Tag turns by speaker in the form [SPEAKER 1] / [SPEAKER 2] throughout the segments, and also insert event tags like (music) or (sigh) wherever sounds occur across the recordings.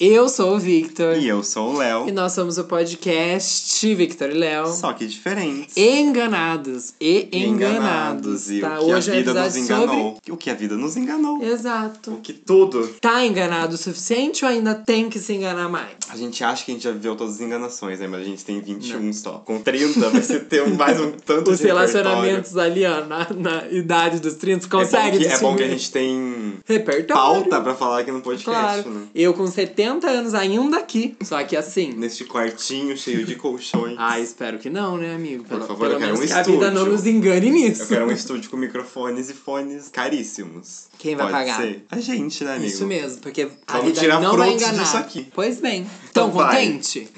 [SPEAKER 1] Eu sou o Victor.
[SPEAKER 2] E eu sou o Léo.
[SPEAKER 1] E nós somos o podcast Victor e Léo.
[SPEAKER 2] Só que diferentes.
[SPEAKER 1] Enganados e
[SPEAKER 2] E
[SPEAKER 1] enganados.
[SPEAKER 2] E
[SPEAKER 1] tá?
[SPEAKER 2] o que
[SPEAKER 1] Hoje
[SPEAKER 2] a
[SPEAKER 1] é um
[SPEAKER 2] vida nos
[SPEAKER 1] episódio
[SPEAKER 2] enganou. O que a vida nos enganou.
[SPEAKER 1] sobre.
[SPEAKER 2] O
[SPEAKER 1] Exato.
[SPEAKER 2] que tudo.
[SPEAKER 1] Tá enganado o suficiente ou ainda tem que se enganar mais?
[SPEAKER 2] A gente acha que a gente já viveu todas as enganações, né? Mas a gente tem 21 só. Com 30 vai ser
[SPEAKER 1] (laughs)
[SPEAKER 2] ter um- mais um tanto
[SPEAKER 1] Os
[SPEAKER 2] de
[SPEAKER 1] relacionamentos ali, ó, na, na idade dos 30, consegue
[SPEAKER 2] repertório. É bom que, é bom que a
[SPEAKER 1] distinguir?
[SPEAKER 2] gente tem
[SPEAKER 1] Repertório.
[SPEAKER 2] pauta pra falar aqui no podcast,
[SPEAKER 1] Claro.
[SPEAKER 2] né?
[SPEAKER 1] Eu com 70 anos ainda aqui. Só que assim.
[SPEAKER 2] Neste quartinho cheio de colchões.
[SPEAKER 1] ah, espero que não, né, amigo? Pelo,
[SPEAKER 2] favor,
[SPEAKER 1] pelo
[SPEAKER 2] eu quero
[SPEAKER 1] menos
[SPEAKER 2] um
[SPEAKER 1] que a vida não
[SPEAKER 2] estúdio.
[SPEAKER 1] nos engane nisso.
[SPEAKER 2] Eu quero um estúdio com microfones e fones caríssimos.
[SPEAKER 1] Quem vai
[SPEAKER 2] Pode
[SPEAKER 1] pagar?
[SPEAKER 2] ser? A gente, né, amigo?
[SPEAKER 1] Isso mesmo, porque a
[SPEAKER 2] Vamos
[SPEAKER 1] vida
[SPEAKER 2] tirar
[SPEAKER 1] não vai
[SPEAKER 2] prontos
[SPEAKER 1] enganar.
[SPEAKER 2] disso aqui.
[SPEAKER 1] Pois bem. Tão
[SPEAKER 2] Então vai. (laughs)
[SPEAKER 1] contente?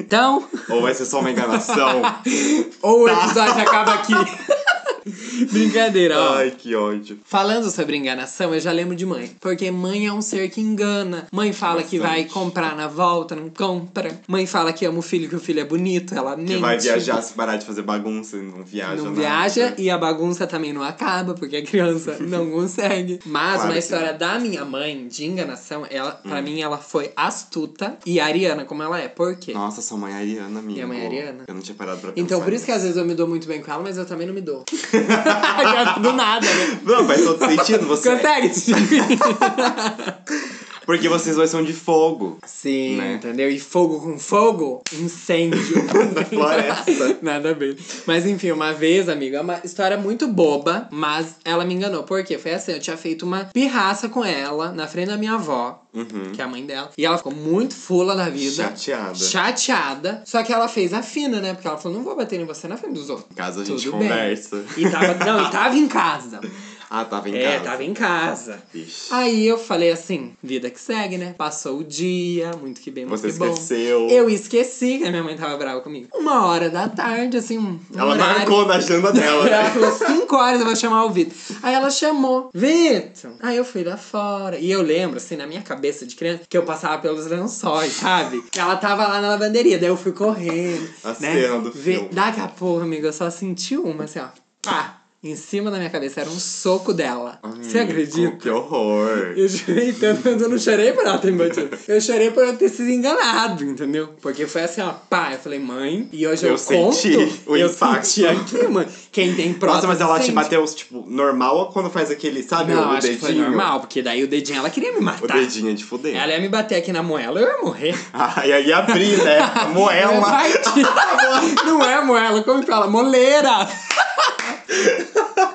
[SPEAKER 1] Então,
[SPEAKER 2] Ou vai ser só uma enganação?
[SPEAKER 1] (laughs) ou o
[SPEAKER 2] Tá.
[SPEAKER 1] episódio acaba
[SPEAKER 2] (laughs)
[SPEAKER 1] aqui. Brincadeira, ó.
[SPEAKER 2] Ai, que ódio.
[SPEAKER 1] Falando sobre enganação, eu já lembro de mãe. Porque mãe é um ser que engana. Mãe fala que vai
[SPEAKER 2] Bastante.
[SPEAKER 1] comprar na volta, não compra. Mãe fala que ama o filho, que o filho é bonito, ela mente.
[SPEAKER 2] Que vai viajar se parar de fazer bagunça e não viaja
[SPEAKER 1] Não
[SPEAKER 2] nada.
[SPEAKER 1] viaja e a bagunça também não acaba, porque a
[SPEAKER 2] (laughs)
[SPEAKER 1] criança não consegue. Mas
[SPEAKER 2] Claro
[SPEAKER 1] uma
[SPEAKER 2] que Hum.
[SPEAKER 1] história da minha mãe de enganação, ela, pra mim, ela foi astuta e ariana, como ela é. Por quê?
[SPEAKER 2] Nossa, sua mãe é ariana, amigo.
[SPEAKER 1] Minha mãe é ariana.
[SPEAKER 2] Eu não tinha parado pra pensar.
[SPEAKER 1] Então, por isso que às
[SPEAKER 2] nisso.
[SPEAKER 1] vezes eu me dou muito bem com ela, mas eu também não me
[SPEAKER 2] (laughs)
[SPEAKER 1] dou. (laughs) Do nada, né?
[SPEAKER 2] Não, faz
[SPEAKER 1] (laughs)
[SPEAKER 2] todo sentido você. é.
[SPEAKER 1] Consegue?
[SPEAKER 2] (laughs) Porque vocês dois são de fogo.
[SPEAKER 1] Sim,
[SPEAKER 2] Né?
[SPEAKER 1] entendeu? E fogo com fogo, incêndio.
[SPEAKER 2] (laughs) Da floresta.
[SPEAKER 1] Nada a ver. Mas enfim, uma vez, amiga, é uma história muito boba, mas ela me enganou. Por quê? Foi assim, eu tinha feito uma pirraça com ela na frente da minha avó,
[SPEAKER 2] Uhum.
[SPEAKER 1] que é a mãe dela. E ela ficou muito fula da vida.
[SPEAKER 2] Chateada.
[SPEAKER 1] Chateada. Só que ela fez a fina, né? Porque ela falou, não vou bater em você na frente dos outros.
[SPEAKER 2] Em casa a gente
[SPEAKER 1] Tudo bem.
[SPEAKER 2] conversa.
[SPEAKER 1] E tava, não, e tava em casa.
[SPEAKER 2] Ah, tava em
[SPEAKER 1] é,
[SPEAKER 2] casa.
[SPEAKER 1] tava em casa.
[SPEAKER 2] Ixi.
[SPEAKER 1] Aí eu falei assim, vida que segue, né? Passou o dia, muito que bem, muito
[SPEAKER 2] Você
[SPEAKER 1] que bom.
[SPEAKER 2] esqueceu.
[SPEAKER 1] Eu esqueci que a minha mãe tava brava comigo. Uma hora da tarde, assim, um
[SPEAKER 2] Ela
[SPEAKER 1] horário.
[SPEAKER 2] marcou na agenda dela.
[SPEAKER 1] Ela
[SPEAKER 2] né?
[SPEAKER 1] falou, 5 horas eu vou chamar o Vitor. Aí ela chamou, Vitor. Aí eu fui lá fora. E eu lembro, assim, na minha cabeça de criança, que eu passava pelos lençóis, sabe? Que ela tava lá na lavanderia. Daí eu fui correndo.
[SPEAKER 2] A
[SPEAKER 1] né?
[SPEAKER 2] cena do
[SPEAKER 1] Vê-
[SPEAKER 2] filme.
[SPEAKER 1] Daqui a pouco, amiga, eu só senti uma, assim, ó. Pá! Em cima da minha cabeça. Era um soco dela. (laughs) Você
[SPEAKER 2] Amigo,
[SPEAKER 1] acredita?
[SPEAKER 2] Oh, Que horror.
[SPEAKER 1] Eu chorei tanto, mas eu não chorei por ela ter me batido. Eu chorei por eu ter sido enganado, entendeu? Porque foi assim, ó, pá, eu falei, mãe, e hoje eu,
[SPEAKER 2] Eu senti
[SPEAKER 1] conto,
[SPEAKER 2] o
[SPEAKER 1] eu
[SPEAKER 2] impacto.
[SPEAKER 1] senti aqui, mãe. Quem tem prova.
[SPEAKER 2] Nossa, mas ela te
[SPEAKER 1] sente.
[SPEAKER 2] bateu, tipo, normal ou quando faz aquele, sabe,
[SPEAKER 1] Não,
[SPEAKER 2] o
[SPEAKER 1] acho
[SPEAKER 2] dedinho?
[SPEAKER 1] que foi normal, porque daí o dedinho ela queria me
[SPEAKER 2] O
[SPEAKER 1] matar.
[SPEAKER 2] dedinho é de fuder.
[SPEAKER 1] Ela ia me bater aqui na moela, eu ia morrer.
[SPEAKER 2] Ah, e aí abri,
[SPEAKER 1] (laughs)
[SPEAKER 2] né? A
[SPEAKER 1] Eu ia
[SPEAKER 2] moela.
[SPEAKER 1] partir. não é moela, como que fala? Moleira!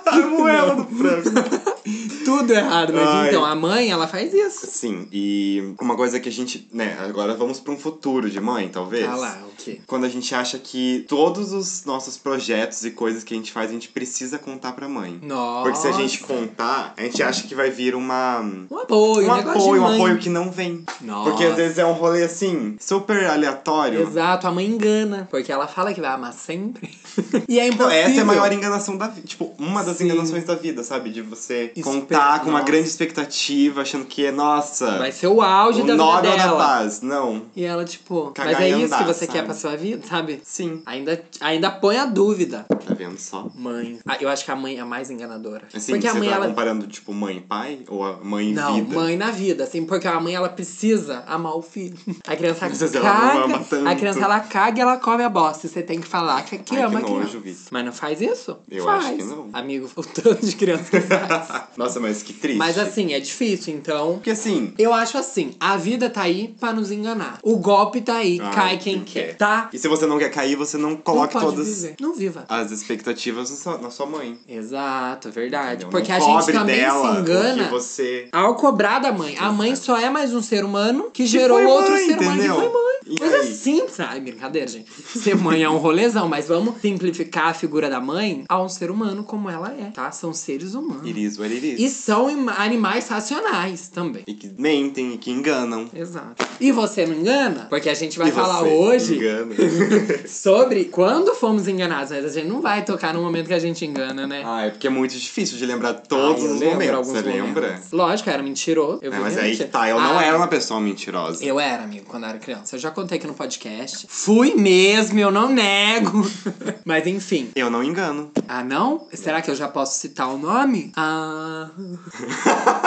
[SPEAKER 2] A moela do frango.
[SPEAKER 1] Tudo errado, mas
[SPEAKER 2] Ai.
[SPEAKER 1] então a mãe, ela faz isso.
[SPEAKER 2] Sim, e uma coisa que a gente, né, agora vamos pra um futuro de mãe, talvez.
[SPEAKER 1] Ah lá, o quê?
[SPEAKER 2] Quando a gente acha que todos os nossos projetos e coisas que a gente faz, a gente precisa contar pra mãe.
[SPEAKER 1] Nossa.
[SPEAKER 2] Porque se a gente contar, a gente acha que vai vir uma.
[SPEAKER 1] Um apoio,
[SPEAKER 2] um
[SPEAKER 1] um negócio
[SPEAKER 2] apoio,
[SPEAKER 1] de
[SPEAKER 2] um
[SPEAKER 1] mãe.
[SPEAKER 2] apoio que não vem.
[SPEAKER 1] Nossa.
[SPEAKER 2] Porque às vezes é um rolê assim, super aleatório.
[SPEAKER 1] Exato, a mãe engana, porque ela fala que vai amar sempre. (laughs) e é
[SPEAKER 2] Então,
[SPEAKER 1] impossível.
[SPEAKER 2] essa é a maior enganação da vida. Tipo, uma das
[SPEAKER 1] Sim.
[SPEAKER 2] enganações da vida, sabe? De você
[SPEAKER 1] Espe-
[SPEAKER 2] contar com uma
[SPEAKER 1] Nossa.
[SPEAKER 2] grande expectativa, achando que é, nossa,
[SPEAKER 1] Vai ser o auge
[SPEAKER 2] o
[SPEAKER 1] da vida
[SPEAKER 2] Nobel da
[SPEAKER 1] dela.
[SPEAKER 2] Paz. Não.
[SPEAKER 1] e ela, tipo,
[SPEAKER 2] Cagar
[SPEAKER 1] mas é
[SPEAKER 2] e
[SPEAKER 1] isso
[SPEAKER 2] andar,
[SPEAKER 1] que você
[SPEAKER 2] sabe?
[SPEAKER 1] quer pra sua vida, sabe?
[SPEAKER 2] Sim.
[SPEAKER 1] Ainda, ainda põe a dúvida.
[SPEAKER 2] Tá vendo só?
[SPEAKER 1] Mãe. Ah, eu acho que a mãe é a mais enganadora.
[SPEAKER 2] Assim,
[SPEAKER 1] porque a
[SPEAKER 2] você
[SPEAKER 1] mãe,
[SPEAKER 2] tá
[SPEAKER 1] ela.
[SPEAKER 2] comparando, tipo, mãe e pai? Ou a mãe e
[SPEAKER 1] Não,
[SPEAKER 2] vida?
[SPEAKER 1] mãe na vida, assim, porque a mãe ela precisa amar o filho. (laughs) A criança
[SPEAKER 2] Às vezes ela não
[SPEAKER 1] caga,
[SPEAKER 2] ama tanto.
[SPEAKER 1] a criança ela caga e ela come a bosta. E você tem que falar que, é que
[SPEAKER 2] Ai,
[SPEAKER 1] ama
[SPEAKER 2] que
[SPEAKER 1] a
[SPEAKER 2] nojo,
[SPEAKER 1] criança.
[SPEAKER 2] Vitor.
[SPEAKER 1] Mas não faz isso?
[SPEAKER 2] Eu
[SPEAKER 1] faz.
[SPEAKER 2] acho que não.
[SPEAKER 1] Amigo, (laughs) o tanto de criança que faz.
[SPEAKER 2] (laughs) Nossa, mas que triste.
[SPEAKER 1] Mas assim, é difícil, então.
[SPEAKER 2] Porque assim,
[SPEAKER 1] Eu acho assim, a vida tá aí pra nos enganar. O golpe tá aí,
[SPEAKER 2] Ai,
[SPEAKER 1] cai quem
[SPEAKER 2] quem
[SPEAKER 1] quer,
[SPEAKER 2] quer.
[SPEAKER 1] tá?
[SPEAKER 2] e se você não quer cair, você não coloque
[SPEAKER 1] não pode
[SPEAKER 2] todas
[SPEAKER 1] viver. Não viva.
[SPEAKER 2] as expectativas na sua, na sua mãe.
[SPEAKER 1] Exato, é verdade.
[SPEAKER 2] entendeu?
[SPEAKER 1] Porque
[SPEAKER 2] não
[SPEAKER 1] a gente
[SPEAKER 2] cobre
[SPEAKER 1] também
[SPEAKER 2] dela
[SPEAKER 1] se engana
[SPEAKER 2] o que você...
[SPEAKER 1] ao cobrar da mãe. A mãe só é mais um ser humano que gerou
[SPEAKER 2] foi
[SPEAKER 1] outro
[SPEAKER 2] mãe,
[SPEAKER 1] ser
[SPEAKER 2] entendeu?
[SPEAKER 1] humano. que foi mãe.
[SPEAKER 2] E
[SPEAKER 1] Coisa
[SPEAKER 2] aí?
[SPEAKER 1] simples. Ai, brincadeira, gente. Ser mãe é um rolezão, mas vamos simplificar a figura da mãe a um ser humano como ela é, tá? São seres humanos.
[SPEAKER 2] Iris, what it is.
[SPEAKER 1] E são im- animais racionais também.
[SPEAKER 2] E que mentem e que enganam.
[SPEAKER 1] Exato. E você não engana? Porque a gente vai
[SPEAKER 2] E
[SPEAKER 1] falar
[SPEAKER 2] você
[SPEAKER 1] hoje (laughs)
[SPEAKER 2] Engana.
[SPEAKER 1] sobre quando fomos enganados, mas a gente não vai tocar no momento que a gente engana, né?
[SPEAKER 2] ah, é porque é muito difícil de lembrar todos
[SPEAKER 1] Ah, eu
[SPEAKER 2] os
[SPEAKER 1] lembro
[SPEAKER 2] momentos,
[SPEAKER 1] alguns
[SPEAKER 2] você lembra?
[SPEAKER 1] momentos. Lógico, eu era mentiroso. Eu
[SPEAKER 2] É,
[SPEAKER 1] vivia
[SPEAKER 2] mas aí que
[SPEAKER 1] mentindo.
[SPEAKER 2] tá, eu não
[SPEAKER 1] Ah,
[SPEAKER 2] era uma pessoa mentirosa.
[SPEAKER 1] Eu era, amigo, quando eu era criança. Eu já contei aqui no podcast. Fui mesmo, eu não nego. (laughs) Mas enfim.
[SPEAKER 2] Eu não engano.
[SPEAKER 1] Ah, não? Será que eu já posso citar o nome?
[SPEAKER 2] (laughs)
[SPEAKER 1] Ah.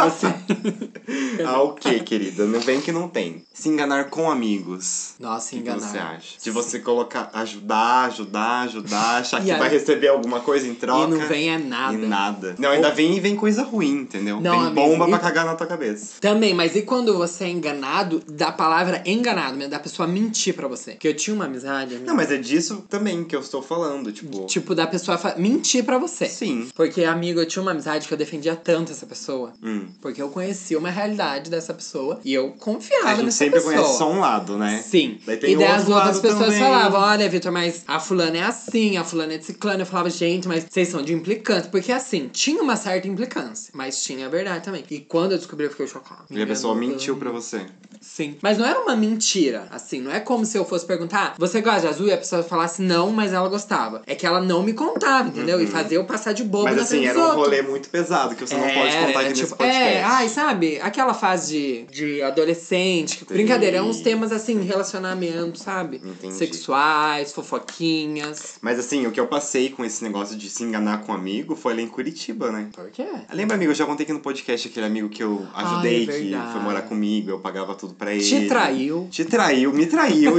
[SPEAKER 1] Você... (laughs)
[SPEAKER 2] Ah, o que, querida? Não vem que não tem. Se enganar com amigos.
[SPEAKER 1] Nossa,
[SPEAKER 2] O que você
[SPEAKER 1] enganar.
[SPEAKER 2] acha? Se você colocar ajudar, ajudar,
[SPEAKER 1] (laughs)
[SPEAKER 2] ajudar, achar
[SPEAKER 1] E
[SPEAKER 2] que
[SPEAKER 1] aí-
[SPEAKER 2] vai receber alguma coisa em
[SPEAKER 1] E
[SPEAKER 2] troca.
[SPEAKER 1] não vem é nada.
[SPEAKER 2] E nada. Não, ainda vem e vem coisa ruim, entendeu?
[SPEAKER 1] Não,
[SPEAKER 2] Vem
[SPEAKER 1] amigo,
[SPEAKER 2] bomba
[SPEAKER 1] e-
[SPEAKER 2] pra cagar na tua cabeça.
[SPEAKER 1] Também, mas e quando você é enganado da palavra enganado, mesmo, da pessoa mentir pra você? Porque eu tinha uma amizade, amiga,
[SPEAKER 2] Não, mas é disso também que eu estou falando, tipo.
[SPEAKER 1] tipo, da pessoa fa- mentir pra você.
[SPEAKER 2] Sim.
[SPEAKER 1] Porque, amigo, eu tinha uma amizade que eu defendia tanto essa pessoa.
[SPEAKER 2] Hum.
[SPEAKER 1] Porque eu conhecia uma realidade dessa pessoa e eu
[SPEAKER 2] A
[SPEAKER 1] confiava
[SPEAKER 2] gente
[SPEAKER 1] nessa
[SPEAKER 2] sempre
[SPEAKER 1] pessoa.
[SPEAKER 2] conhece só um lado, né?
[SPEAKER 1] Sim.
[SPEAKER 2] Daí tem
[SPEAKER 1] e daí
[SPEAKER 2] o
[SPEAKER 1] as
[SPEAKER 2] outro
[SPEAKER 1] outras
[SPEAKER 2] lado
[SPEAKER 1] pessoas
[SPEAKER 2] também.
[SPEAKER 1] falavam: olha, Vitor, mas a fulana é assim, a fulana é de ciclano. Eu falava, gente, mas vocês são de implicância. Porque assim, tinha uma certa implicância, mas tinha a verdade também. E quando eu descobri, eu fiquei chocada.
[SPEAKER 2] E a pessoa
[SPEAKER 1] Meu
[SPEAKER 2] mentiu
[SPEAKER 1] Deus.
[SPEAKER 2] pra você.
[SPEAKER 1] Sim. Mas não era uma mentira, assim. Não é como se eu fosse perguntar, "Ah, você gosta de azul? E a pessoa falasse não, mas ela gostava. É que ela não me contava, entendeu? E fazia eu passar de bobo
[SPEAKER 2] Mas
[SPEAKER 1] na
[SPEAKER 2] assim,
[SPEAKER 1] frente
[SPEAKER 2] era
[SPEAKER 1] dos
[SPEAKER 2] um
[SPEAKER 1] outros.
[SPEAKER 2] rolê muito pesado que você não pode
[SPEAKER 1] Era,
[SPEAKER 2] contar
[SPEAKER 1] era
[SPEAKER 2] aqui nesse
[SPEAKER 1] tipo,
[SPEAKER 2] podcast.
[SPEAKER 1] É, ai, sabe? Aquela fase de, de adolescente. que-
[SPEAKER 2] Entendi.
[SPEAKER 1] brincadeira, é uns temas assim, relacionamento, sabe?
[SPEAKER 2] Entendi.
[SPEAKER 1] Sexuais, fofoquinhas.
[SPEAKER 2] Mas assim, o que eu passei com esse negócio de se enganar com um amigo foi lá em Curitiba, né?
[SPEAKER 1] Por quê?
[SPEAKER 2] Lembra, amigo, eu já contei aqui no podcast aquele amigo que eu ajudei,
[SPEAKER 1] Ai, é
[SPEAKER 2] que
[SPEAKER 1] verdade.
[SPEAKER 2] foi morar comigo, eu pagava tudo pra ele.
[SPEAKER 1] Te traiu.
[SPEAKER 2] Te traiu, me traiu,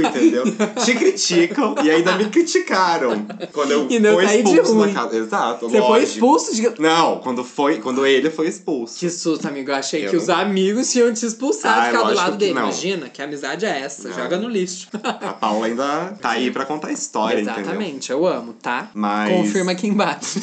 [SPEAKER 1] (laughs)
[SPEAKER 2] entendeu? Te criticam e ainda me criticaram. Quando eu
[SPEAKER 1] E não
[SPEAKER 2] fui
[SPEAKER 1] saí de
[SPEAKER 2] expulso
[SPEAKER 1] ruim.
[SPEAKER 2] da casa. Exato,
[SPEAKER 1] Você foi
[SPEAKER 2] lógico.
[SPEAKER 1] expulso de.
[SPEAKER 2] Não, quando foi, quando ele foi expulso.
[SPEAKER 1] Que susto, amigo. Eu achei
[SPEAKER 2] Eu
[SPEAKER 1] que
[SPEAKER 2] não-
[SPEAKER 1] os amigos tinham te expulsado
[SPEAKER 2] Ah,
[SPEAKER 1] de ficar do
[SPEAKER 2] lógico
[SPEAKER 1] lado
[SPEAKER 2] que
[SPEAKER 1] dele.
[SPEAKER 2] não.
[SPEAKER 1] Imagina, que amizade é essa?
[SPEAKER 2] Não.
[SPEAKER 1] Joga no lixo.
[SPEAKER 2] A Paula ainda tá aí pra contar a história, entendeu?
[SPEAKER 1] Exatamente, eu amo, tá?
[SPEAKER 2] Mas-
[SPEAKER 1] Confirma aqui
[SPEAKER 2] (laughs)
[SPEAKER 1] embaixo.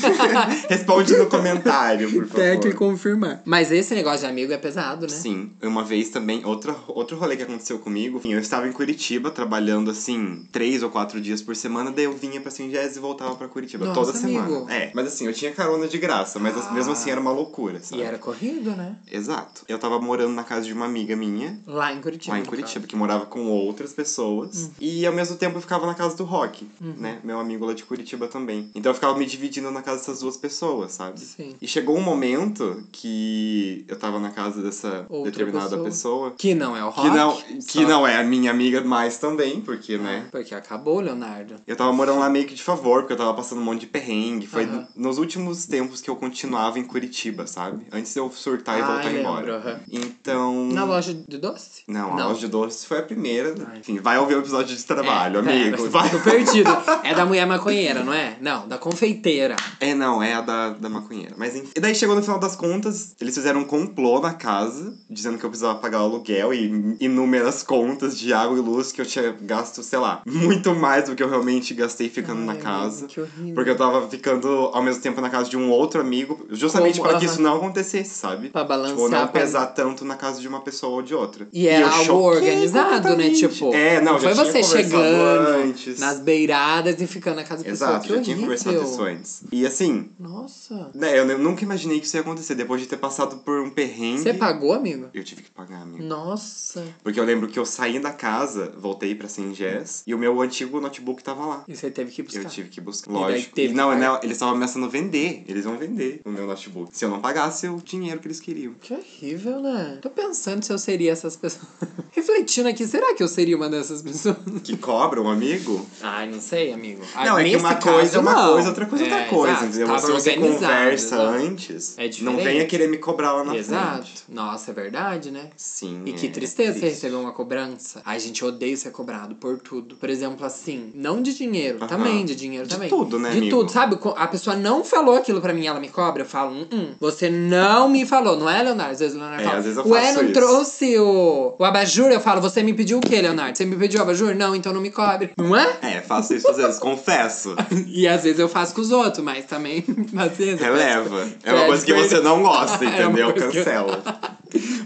[SPEAKER 2] Responde no comentário,
[SPEAKER 1] (laughs)
[SPEAKER 2] por favor.
[SPEAKER 1] Tem que confirmar. Mas esse negócio de amigo é pesado, né?
[SPEAKER 2] Sim, uma vez também, outro, outro rolê que aconteceu comigo, enfim, eu estava em Curitiba trabalhando assim, três ou quatro dias por semana, daí eu vinha pra Singés e voltava pra Curitiba
[SPEAKER 1] Nossa,
[SPEAKER 2] toda
[SPEAKER 1] amigo.
[SPEAKER 2] semana. É, mas assim, eu tinha carona de graça, mas
[SPEAKER 1] Ah.
[SPEAKER 2] mesmo assim era uma loucura, sabe?
[SPEAKER 1] E era corrido, né?
[SPEAKER 2] Exato. Eu tava morando na casa de uma amiga minha,
[SPEAKER 1] Lá em Curitiba.
[SPEAKER 2] lá em
[SPEAKER 1] no
[SPEAKER 2] Curitiba, que morava com outras pessoas.
[SPEAKER 1] Hum.
[SPEAKER 2] E ao mesmo tempo eu ficava na casa do Rock,
[SPEAKER 1] Uhum.
[SPEAKER 2] né? Meu amigo lá de Curitiba também. Então eu ficava me dividindo na casa dessas duas pessoas, sabe?
[SPEAKER 1] caso. Sim.
[SPEAKER 2] E chegou um momento que eu tava na casa dessa
[SPEAKER 1] Outra
[SPEAKER 2] determinada pessoa.
[SPEAKER 1] Que não é o rock.
[SPEAKER 2] que não,
[SPEAKER 1] só- Ah.
[SPEAKER 2] que não é a minha amiga mais também, porque, né?
[SPEAKER 1] Porque acabou, Leonardo.
[SPEAKER 2] Eu tava morando lá meio que de favor, porque eu tava passando um monte de perrengue. Foi
[SPEAKER 1] Aham.
[SPEAKER 2] nos últimos tempos que eu continuava em Curitiba, sabe? Antes de eu surtar e
[SPEAKER 1] Ah,
[SPEAKER 2] voltar
[SPEAKER 1] lembro,
[SPEAKER 2] embora.
[SPEAKER 1] aham.
[SPEAKER 2] Então.
[SPEAKER 1] Na loja de doce?
[SPEAKER 2] Não, a
[SPEAKER 1] Não.
[SPEAKER 2] loja de doce foi a primeira. né?
[SPEAKER 1] Ai.
[SPEAKER 2] Enfim, vai ouvir o episódio de trabalho,
[SPEAKER 1] é,
[SPEAKER 2] amigo.
[SPEAKER 1] pera,
[SPEAKER 2] vai.
[SPEAKER 1] Tô perdido. É da mulher maconheira, não é? Não, da confeiteira.
[SPEAKER 2] É, não, é a da, da maconheira. Mas enfim. E daí chegou no final das contas, eles fizeram um complô na casa, dizendo que eu precisava pagar o aluguel e inúmeras contas de água e luz que eu tinha gasto, sei lá, muito mais do que eu realmente gastei ficando na
[SPEAKER 1] Ai,
[SPEAKER 2] casa.
[SPEAKER 1] Que horrível.
[SPEAKER 2] Porque eu tava ficando ao mesmo tempo na casa de um outro amigo, justamente
[SPEAKER 1] Como?
[SPEAKER 2] para que
[SPEAKER 1] Aham.
[SPEAKER 2] isso não acontecesse, sabe?
[SPEAKER 1] Pra balançar.
[SPEAKER 2] Ou Tipo, não
[SPEAKER 1] pra-
[SPEAKER 2] pesar tanto na casa de uma pessoa ou de outra.
[SPEAKER 1] E era
[SPEAKER 2] eu
[SPEAKER 1] algo
[SPEAKER 2] choquei
[SPEAKER 1] organizado, né?
[SPEAKER 2] completamente.
[SPEAKER 1] Tipo,
[SPEAKER 2] é, não,
[SPEAKER 1] não foi
[SPEAKER 2] já tinha
[SPEAKER 1] você
[SPEAKER 2] conversado
[SPEAKER 1] chegando
[SPEAKER 2] antes.
[SPEAKER 1] Nas beiradas e ficando na casa da pessoa.
[SPEAKER 2] Exato,
[SPEAKER 1] que
[SPEAKER 2] já tinha
[SPEAKER 1] horrível.
[SPEAKER 2] conversado isso antes. E assim,
[SPEAKER 1] Nossa.
[SPEAKER 2] né, eu nunca imaginei que isso ia acontecer depois de ter passado por um perrengue.
[SPEAKER 1] Você pagou, amigo?
[SPEAKER 2] Eu tive que pagar, amigo.
[SPEAKER 1] Nossa.
[SPEAKER 2] Porque eu lembro que eu saí da casa, voltei pra Singés e o meu antigo notebook tava lá.
[SPEAKER 1] E você teve que buscar.
[SPEAKER 2] Eu tive que buscar.
[SPEAKER 1] Tá. E daí
[SPEAKER 2] Lógico.
[SPEAKER 1] teve
[SPEAKER 2] E não,
[SPEAKER 1] que pagar.
[SPEAKER 2] não, eles estavam ameaçando vender. Eles vão vender o meu notebook. Se eu não pagasse o dinheiro que eles queriam.
[SPEAKER 1] Que horrível, né? Tô pensando se eu seria essas pessoas. (laughs) Refletindo aqui, será que eu seria uma dessas pessoas? Ah,
[SPEAKER 2] Que cobra um amigo?
[SPEAKER 1] Ai, não sei, amigo.
[SPEAKER 2] não, é que uma coisa é uma coisa, outra coisa é outra coisa, entendeu?
[SPEAKER 1] Tava
[SPEAKER 2] Se você
[SPEAKER 1] organizado,
[SPEAKER 2] conversa
[SPEAKER 1] exato.
[SPEAKER 2] antes,
[SPEAKER 1] É
[SPEAKER 2] não
[SPEAKER 1] diferente.
[SPEAKER 2] venha querer me cobrar lá na frente.
[SPEAKER 1] Exato. Nossa, é verdade, né?
[SPEAKER 2] Sim.
[SPEAKER 1] E
[SPEAKER 2] é
[SPEAKER 1] que tristeza você
[SPEAKER 2] triste.
[SPEAKER 1] receber um uma cobrança. Ai, gente, eu odeio ser cobrado por tudo. Por exemplo, assim, não de dinheiro,
[SPEAKER 2] Aham.
[SPEAKER 1] também de dinheiro
[SPEAKER 2] De
[SPEAKER 1] também.
[SPEAKER 2] tudo, né,
[SPEAKER 1] De
[SPEAKER 2] amigo?
[SPEAKER 1] tudo, sabe? Co- A pessoa não falou aquilo pra mim, ela me cobra, eu falo, hum, hum, você não me falou, não é, Leonardo? Às vezes o Leonardo
[SPEAKER 2] É,
[SPEAKER 1] fala,
[SPEAKER 2] às vezes eu
[SPEAKER 1] ué,
[SPEAKER 2] faço
[SPEAKER 1] não
[SPEAKER 2] isso."
[SPEAKER 1] trouxe o, o abajur? Eu falo, você me pediu o quê, Leonardo? Você me pediu o abajur? Não, então não me cobre. Não é? (laughs)
[SPEAKER 2] É, faço isso às vezes, confesso.
[SPEAKER 1] E às vezes eu faço com os outros, mas também, (laughs) às vezes, eu faço-
[SPEAKER 2] Releva. É uma coisa que
[SPEAKER 1] Fred,
[SPEAKER 2] você não gosta,
[SPEAKER 1] (laughs) É uma
[SPEAKER 2] entendeu?
[SPEAKER 1] coisa que eu-
[SPEAKER 2] Cancela.
[SPEAKER 1] (laughs)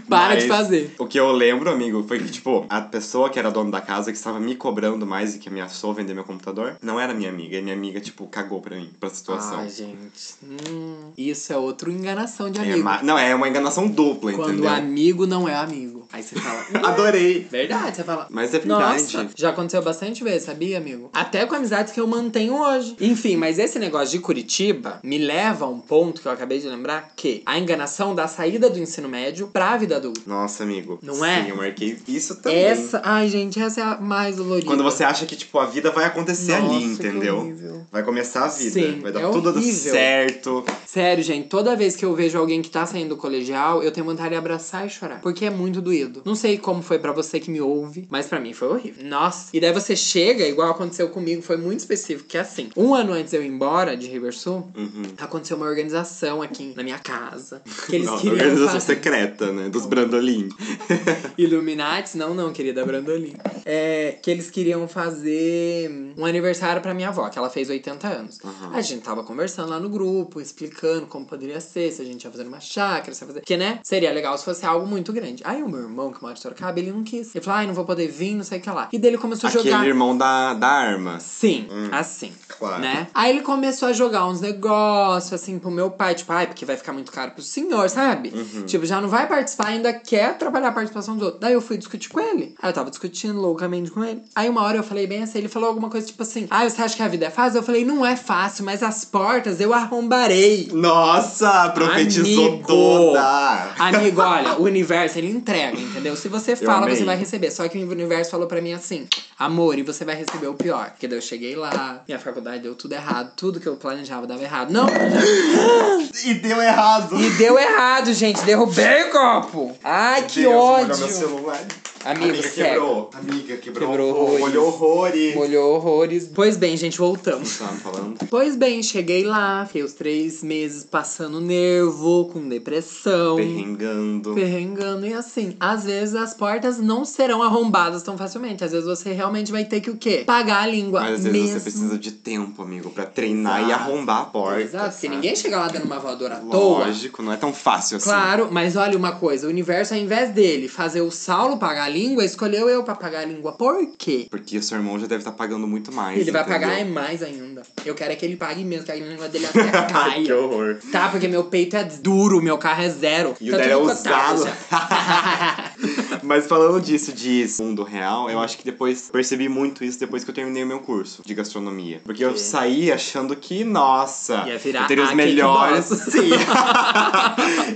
[SPEAKER 1] Para de
[SPEAKER 2] Mas
[SPEAKER 1] fazer.
[SPEAKER 2] O que eu lembro, amigo, foi que, tipo, a pessoa que era dona da casa, que estava me cobrando mais e que ameaçou vender meu computador, não era minha amiga. E minha amiga, tipo, cagou pra mim, pra situação.
[SPEAKER 1] Ai, gente. Hum, isso é outra enganação de
[SPEAKER 2] É
[SPEAKER 1] amigo.
[SPEAKER 2] ma- Não, é uma enganação dupla,
[SPEAKER 1] Quando o
[SPEAKER 2] entendeu?
[SPEAKER 1] amigo não é amigo. Aí você fala. (laughs)
[SPEAKER 2] Adorei.
[SPEAKER 1] Verdade, você fala.
[SPEAKER 2] Mas é verdade.
[SPEAKER 1] Nossa, já aconteceu bastante vezes, sabia, amigo? Até com amizades que eu mantenho hoje. Enfim, mas esse negócio de Curitiba me leva a um ponto que eu acabei de lembrar, que a enganação da saída do ensino médio pra vida adulta.
[SPEAKER 2] Nossa, amigo.
[SPEAKER 1] Não
[SPEAKER 2] Sim,
[SPEAKER 1] é?
[SPEAKER 2] eu marquei isso também.
[SPEAKER 1] Essa, ai gente, essa é a mais dolorida.
[SPEAKER 2] Quando você acha que, tipo, a vida vai acontecer
[SPEAKER 1] Nossa,
[SPEAKER 2] ali,
[SPEAKER 1] que
[SPEAKER 2] entendeu?
[SPEAKER 1] horrível.
[SPEAKER 2] Vai começar a vida.
[SPEAKER 1] Sim,
[SPEAKER 2] vai dar
[SPEAKER 1] é
[SPEAKER 2] tudo
[SPEAKER 1] horrível.
[SPEAKER 2] certo.
[SPEAKER 1] Sério, gente, toda vez que eu vejo alguém que tá saindo do colegial, eu tenho vontade de abraçar e chorar, porque é muito doído. Não sei como foi pra você que me ouve, mas pra mim foi horrível. Nossa. E daí você chega, igual aconteceu comigo, foi muito específico, que é assim. Um ano antes de eu ir embora de Riversul,
[SPEAKER 2] Uhum.
[SPEAKER 1] aconteceu uma organização aqui na minha casa, que eles
[SPEAKER 2] Nossa,
[SPEAKER 1] queriam
[SPEAKER 2] organização
[SPEAKER 1] fazer.
[SPEAKER 2] secreta, né? Dos Brandolin.
[SPEAKER 1] (laughs) Illuminati, não, não, querida Brandolin. É, que eles queriam fazer um aniversário pra minha avó, que ela fez 80 anos.
[SPEAKER 2] Aham.
[SPEAKER 1] A gente tava conversando lá no grupo, explicando como poderia ser, se a gente ia fazer uma chácara, se ia fazer. Porque, né? Seria legal se fosse algo muito grande. Aí o meu irmão, que mora de Sorocaba, ele não quis. Ele falou, ai, não vou poder vir, não sei o que lá. E daí ele começou a
[SPEAKER 2] Aquele
[SPEAKER 1] jogar.
[SPEAKER 2] irmão da, da arma.
[SPEAKER 1] Sim,
[SPEAKER 2] Hum.
[SPEAKER 1] assim.
[SPEAKER 2] Claro.
[SPEAKER 1] Né? Aí ele começou a jogar uns negócios, assim, pro meu pai, tipo, ai, porque vai ficar muito caro pro senhor, sabe?
[SPEAKER 2] Uhum.
[SPEAKER 1] Tipo, já não vai participar, ainda quer atrapalhar a participação dos outros. Daí eu fui discutir com ele. Aí eu tava discutindo loucamente com ele. Aí uma hora eu falei bem assim, ele falou alguma coisa tipo assim, ai, você acha que a vida é fácil? Eu falei, não é fácil, mas as portas eu arrombarei.
[SPEAKER 2] Nossa, profetizou
[SPEAKER 1] Amigo.
[SPEAKER 2] toda!
[SPEAKER 1] Amigo, olha, o universo, ele entrega, entendeu? Se você fala,
[SPEAKER 2] amei.
[SPEAKER 1] você vai receber. Só que o universo falou pra mim assim, amor, e você vai receber o pior. Porque daí eu cheguei lá, minha faculdade deu tudo errado, tudo que eu planejava dava errado. Não,
[SPEAKER 2] E deu errado!
[SPEAKER 1] e deu errado, gente, derrubei o copo. Ai, que
[SPEAKER 2] Deus, molhou meu
[SPEAKER 1] ódio.
[SPEAKER 2] celular.
[SPEAKER 1] Amigo,
[SPEAKER 2] Amiga
[SPEAKER 1] sério.
[SPEAKER 2] quebrou. Amiga quebrou.
[SPEAKER 1] Quebrou
[SPEAKER 2] horror-
[SPEAKER 1] horrores.
[SPEAKER 2] Molhou horrores.
[SPEAKER 1] Molhou horrores. Pois bem, gente, voltamos.
[SPEAKER 2] Tá falando?
[SPEAKER 1] Pois bem, cheguei lá, fiquei os três meses passando nervo, com depressão.
[SPEAKER 2] Perrengando.
[SPEAKER 1] Perrengando. E assim, às vezes as portas não serão arrombadas tão facilmente. Às vezes você realmente vai ter que o quê? Pagar a língua.
[SPEAKER 2] Mas às vezes
[SPEAKER 1] mesmo.
[SPEAKER 2] você precisa de tempo, amigo, pra treinar e
[SPEAKER 1] Exato.
[SPEAKER 2] arrombar a porta.
[SPEAKER 1] Exato, porque
[SPEAKER 2] sabe?
[SPEAKER 1] ninguém chega lá dando uma voadora à toa.
[SPEAKER 2] Lógico, não é tão fácil assim.
[SPEAKER 1] Claro, mas olha uma coisa, o universo, ao invés dele fazer o Saulo pagar a língua, escolheu eu pra pagar a língua. Por quê?
[SPEAKER 2] Porque seu irmão já deve estar pagando muito mais.
[SPEAKER 1] ele vai
[SPEAKER 2] entendeu?
[SPEAKER 1] pagar é mais ainda. Eu quero é que ele pague mesmo, que a língua
[SPEAKER 2] (laughs)
[SPEAKER 1] dele até né? caia.
[SPEAKER 2] Ai, que horror.
[SPEAKER 1] Tá, porque meu peito é duro, meu carro é zero.
[SPEAKER 2] E o
[SPEAKER 1] Tá
[SPEAKER 2] dela é
[SPEAKER 1] tudo cotado
[SPEAKER 2] usado. (laughs)
[SPEAKER 1] já.
[SPEAKER 2] Mas falando disso, de mundo real, eu acho que depois percebi muito isso depois que eu terminei o meu curso de gastronomia. Porque eu saí achando que, nossa,
[SPEAKER 1] Ia virar
[SPEAKER 2] eu teria os
[SPEAKER 1] a
[SPEAKER 2] melhores.
[SPEAKER 1] Cake Boss.
[SPEAKER 2] Sim. (laughs)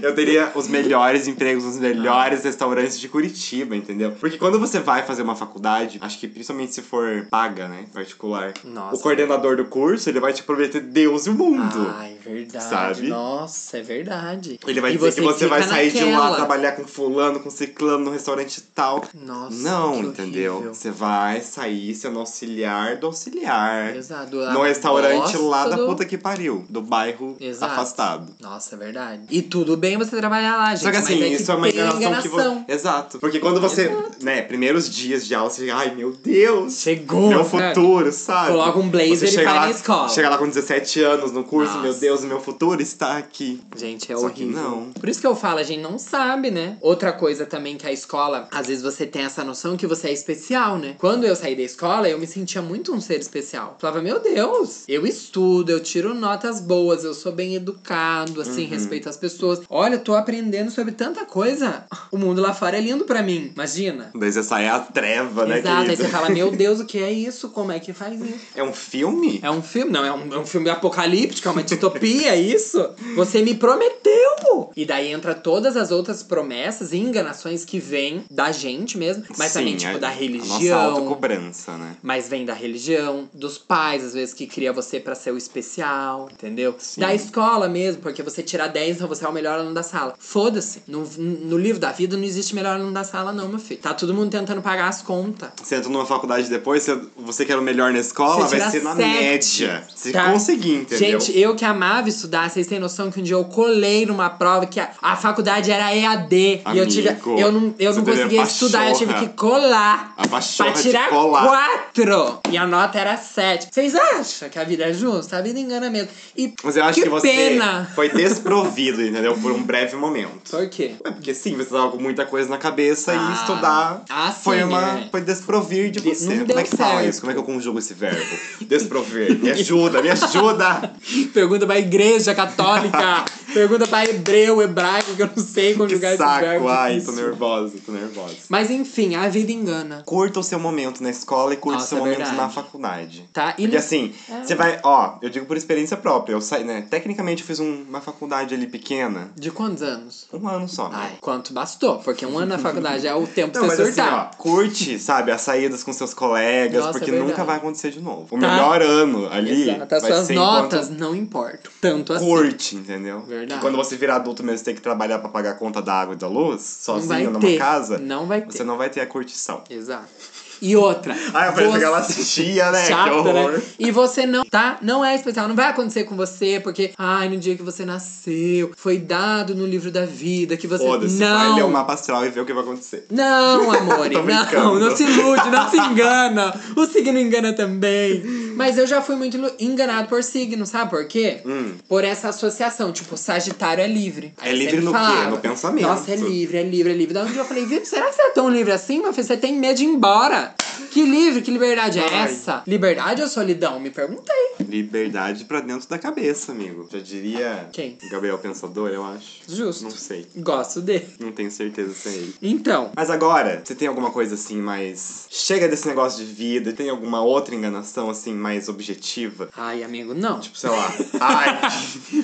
[SPEAKER 2] eu teria os melhores empregos, os melhores restaurantes de Curitiba, entendeu? Porque quando você vai fazer uma faculdade, acho que principalmente se for paga, né? Particular,
[SPEAKER 1] Nossa.
[SPEAKER 2] o coordenador do curso ele vai te prometer Deus e o mundo.
[SPEAKER 1] Ai, verdade.
[SPEAKER 2] sabe?
[SPEAKER 1] Nossa, é verdade.
[SPEAKER 2] Ele vai
[SPEAKER 1] E
[SPEAKER 2] dizer que você vai
[SPEAKER 1] fica
[SPEAKER 2] sair de lá
[SPEAKER 1] naquela.
[SPEAKER 2] trabalhar com fulano, com ciclano no restaurante tal.
[SPEAKER 1] Nossa,
[SPEAKER 2] não,
[SPEAKER 1] que
[SPEAKER 2] entendeu?
[SPEAKER 1] horrível.
[SPEAKER 2] Você vai sair sendo auxiliar do auxiliar.
[SPEAKER 1] Exato.
[SPEAKER 2] No restaurante lá da
[SPEAKER 1] do-
[SPEAKER 2] puta que pariu, do bairro
[SPEAKER 1] Exato.
[SPEAKER 2] afastado.
[SPEAKER 1] Nossa, é verdade. E tudo bem você trabalhar lá, gente.
[SPEAKER 2] Só que assim,
[SPEAKER 1] mas é
[SPEAKER 2] isso é uma
[SPEAKER 1] tem
[SPEAKER 2] enganação, que
[SPEAKER 1] enganação.
[SPEAKER 2] você. Exato. Porque quando você, né, primeiros dias de aula, você fica, ai meu Deus,
[SPEAKER 1] Chegou,
[SPEAKER 2] meu
[SPEAKER 1] sabe?
[SPEAKER 2] futuro, sabe?
[SPEAKER 1] Coloca um blazer
[SPEAKER 2] Você
[SPEAKER 1] e
[SPEAKER 2] chega
[SPEAKER 1] vai
[SPEAKER 2] lá-
[SPEAKER 1] na escola.
[SPEAKER 2] Chega lá com 17 anos no curso,
[SPEAKER 1] Nossa.
[SPEAKER 2] meu Deus, o meu futuro está aqui.
[SPEAKER 1] Gente, é
[SPEAKER 2] Só que
[SPEAKER 1] horrível.
[SPEAKER 2] não.
[SPEAKER 1] Por isso que eu falo, a gente não sabe, né? Outra coisa também que a escola, às vezes você tem essa noção que você é especial, né? Quando eu saí da escola, eu me sentia muito um ser especial. Falava, meu Deus, eu estudo, eu tiro notas boas, eu sou bem educado, assim,
[SPEAKER 2] Uhum.
[SPEAKER 1] respeito as pessoas. Olha, eu tô aprendendo sobre tanta coisa. O mundo lá fora é lindo pra mim, imagina.
[SPEAKER 2] Daí você sai a treva, né,
[SPEAKER 1] Exato, aí
[SPEAKER 2] querido?
[SPEAKER 1] você fala,
[SPEAKER 2] (laughs)
[SPEAKER 1] meu Deus, o que é isso? Como é que faz isso?
[SPEAKER 2] É um filme?
[SPEAKER 1] É um filme, não, é um, é um filme apocalíptico, é uma distopia, é isso? Você me prometeu! E daí entra todas as outras promessas e enganações que vêm da gente mesmo, mas também,
[SPEAKER 2] Sim, é
[SPEAKER 1] tipo,
[SPEAKER 2] a-
[SPEAKER 1] da
[SPEAKER 2] A nossa
[SPEAKER 1] religião.
[SPEAKER 2] autocobrança, né?
[SPEAKER 1] Mas vem da religião, dos pais, às vezes, que cria você pra ser o especial, entendeu?
[SPEAKER 2] Sim.
[SPEAKER 1] Da escola mesmo, porque você tirar 10, então você é o melhor aluno da sala. Foda-se. No, no livro da vida não existe melhor aluno da sala, não, meu filho. Tá todo mundo tentando pagar as contas.
[SPEAKER 2] Você entra numa faculdade depois, você, você que era o melhor na escola,
[SPEAKER 1] Você
[SPEAKER 2] vai
[SPEAKER 1] tira
[SPEAKER 2] ser na
[SPEAKER 1] sete,
[SPEAKER 2] média. Se
[SPEAKER 1] tá?
[SPEAKER 2] conseguir, entendeu?
[SPEAKER 1] Gente, eu que amava estudar, vocês têm noção que um dia eu colei numa prova que a, a faculdade era EAD. e eu tive.
[SPEAKER 2] Amigo,
[SPEAKER 1] Eu não, eu
[SPEAKER 2] você
[SPEAKER 1] não
[SPEAKER 2] teve a
[SPEAKER 1] conseguia estudar, eu tive
[SPEAKER 2] pachorra.
[SPEAKER 1] que colar.
[SPEAKER 2] a
[SPEAKER 1] Pra
[SPEAKER 2] pachorra
[SPEAKER 1] tirar
[SPEAKER 2] de colar.
[SPEAKER 1] quatro! E a nota era sete. Vocês acham que a vida é justa? A vida engana mesmo. E
[SPEAKER 2] Mas eu acho que,
[SPEAKER 1] que,
[SPEAKER 2] você
[SPEAKER 1] pena!
[SPEAKER 2] foi desprovido, entendeu? Por um breve momento.
[SPEAKER 1] Por quê?
[SPEAKER 2] Ué, Porque sim, você tava com muita coisa na cabeça
[SPEAKER 1] Ah.
[SPEAKER 2] e estudar
[SPEAKER 1] Ah,
[SPEAKER 2] foi
[SPEAKER 1] sim,
[SPEAKER 2] uma.
[SPEAKER 1] é.
[SPEAKER 2] Foi desprovir de
[SPEAKER 1] De-
[SPEAKER 2] você.
[SPEAKER 1] não
[SPEAKER 2] Como é
[SPEAKER 1] deu
[SPEAKER 2] que fala
[SPEAKER 1] certo.
[SPEAKER 2] isso? Como é que eu conjugo esse verbo? desprovir. Me ajuda, me ajuda!
[SPEAKER 1] Pergunta mais pra igreja
[SPEAKER 2] (laughs)
[SPEAKER 1] católica. Pergunta pra hebreu, hebraico, que eu não sei (laughs) conjugar é
[SPEAKER 2] Que
[SPEAKER 1] esses verbos.
[SPEAKER 2] saco, ai,
[SPEAKER 1] Isso.
[SPEAKER 2] tô nervosa, tô nervosa.
[SPEAKER 1] Mas enfim, a vida engana,
[SPEAKER 2] Curta o seu momento na escola e curta o
[SPEAKER 1] Nossa,
[SPEAKER 2] seu
[SPEAKER 1] é
[SPEAKER 2] momento
[SPEAKER 1] verdade.
[SPEAKER 2] na faculdade.
[SPEAKER 1] tá? E
[SPEAKER 2] Porque assim,
[SPEAKER 1] É.
[SPEAKER 2] você vai, ó, eu digo por experiência própria, eu saí, né? Tecnicamente eu fiz um- uma faculdade ali pequena,
[SPEAKER 1] de quantos anos?
[SPEAKER 2] um ano só. né?
[SPEAKER 1] Ai, quanto bastou, porque um ano na faculdade
[SPEAKER 2] (laughs)
[SPEAKER 1] é o tempo pra
[SPEAKER 2] Não,
[SPEAKER 1] você
[SPEAKER 2] mas assim,
[SPEAKER 1] surtar.
[SPEAKER 2] ó, curte, sabe, as saídas com seus colegas,
[SPEAKER 1] tá. Nossa,
[SPEAKER 2] porque
[SPEAKER 1] é verdade.
[SPEAKER 2] nunca vai acontecer de novo. O
[SPEAKER 1] Tá.
[SPEAKER 2] melhor ano ali
[SPEAKER 1] Exato, as
[SPEAKER 2] vai
[SPEAKER 1] suas
[SPEAKER 2] ser enquanto
[SPEAKER 1] notas não importam. Tanto assim.
[SPEAKER 2] curte, entendeu?
[SPEAKER 1] Verdade.
[SPEAKER 2] Que quando você virar adulto mesmo, você tem que trabalhar pra pagar a conta da água e da luz,
[SPEAKER 1] não vai
[SPEAKER 2] sozinho numa
[SPEAKER 1] ter.
[SPEAKER 2] casa,
[SPEAKER 1] Não vai ter.
[SPEAKER 2] você não vai ter a curtição.
[SPEAKER 1] Exato. E outra.
[SPEAKER 2] (laughs) Ah, eu falei que ela
[SPEAKER 1] você-
[SPEAKER 2] assistia, né? que
[SPEAKER 1] Chato,
[SPEAKER 2] horror.
[SPEAKER 1] né? E você não, tá? Não é especial, não vai acontecer com você, porque, ai, no dia que você nasceu, foi dado no livro da vida, que você.
[SPEAKER 2] Foda-se, vai
[SPEAKER 1] não.
[SPEAKER 2] ler o mapa astral e ver o que vai acontecer.
[SPEAKER 1] Não, amore,
[SPEAKER 2] (laughs) Tô
[SPEAKER 1] não,
[SPEAKER 2] brincando.
[SPEAKER 1] não se ilude, não se engana. O signo engana também. Mas eu já fui muito ilu- enganado por signo, sabe por quê?
[SPEAKER 2] Hum.
[SPEAKER 1] Por essa associação, tipo, Sagitário é livre.
[SPEAKER 2] É livre
[SPEAKER 1] sempre
[SPEAKER 2] no quê?
[SPEAKER 1] falava,
[SPEAKER 2] No pensamento.
[SPEAKER 1] Nossa, é livre, é livre, é livre. Da onde eu falei, Vitor, será que você é tão livre assim? Mas você tem medo de ir embora. Que livre, que liberdade é
[SPEAKER 2] Ai.
[SPEAKER 1] essa? Liberdade ou solidão? Me perguntei.
[SPEAKER 2] Liberdade pra dentro da cabeça, amigo. Já diria.
[SPEAKER 1] Quem?
[SPEAKER 2] Gabriel Pensador, eu acho.
[SPEAKER 1] Justo.
[SPEAKER 2] Não sei.
[SPEAKER 1] Gosto dele.
[SPEAKER 2] Não tenho certeza se é ele.
[SPEAKER 1] Então,
[SPEAKER 2] Mas agora, você tem alguma coisa assim mais. Chega desse negócio de vida, tem alguma outra enganação assim mais objetiva?
[SPEAKER 1] ai, amigo, não. (laughs)
[SPEAKER 2] Tipo, sei lá. Ai!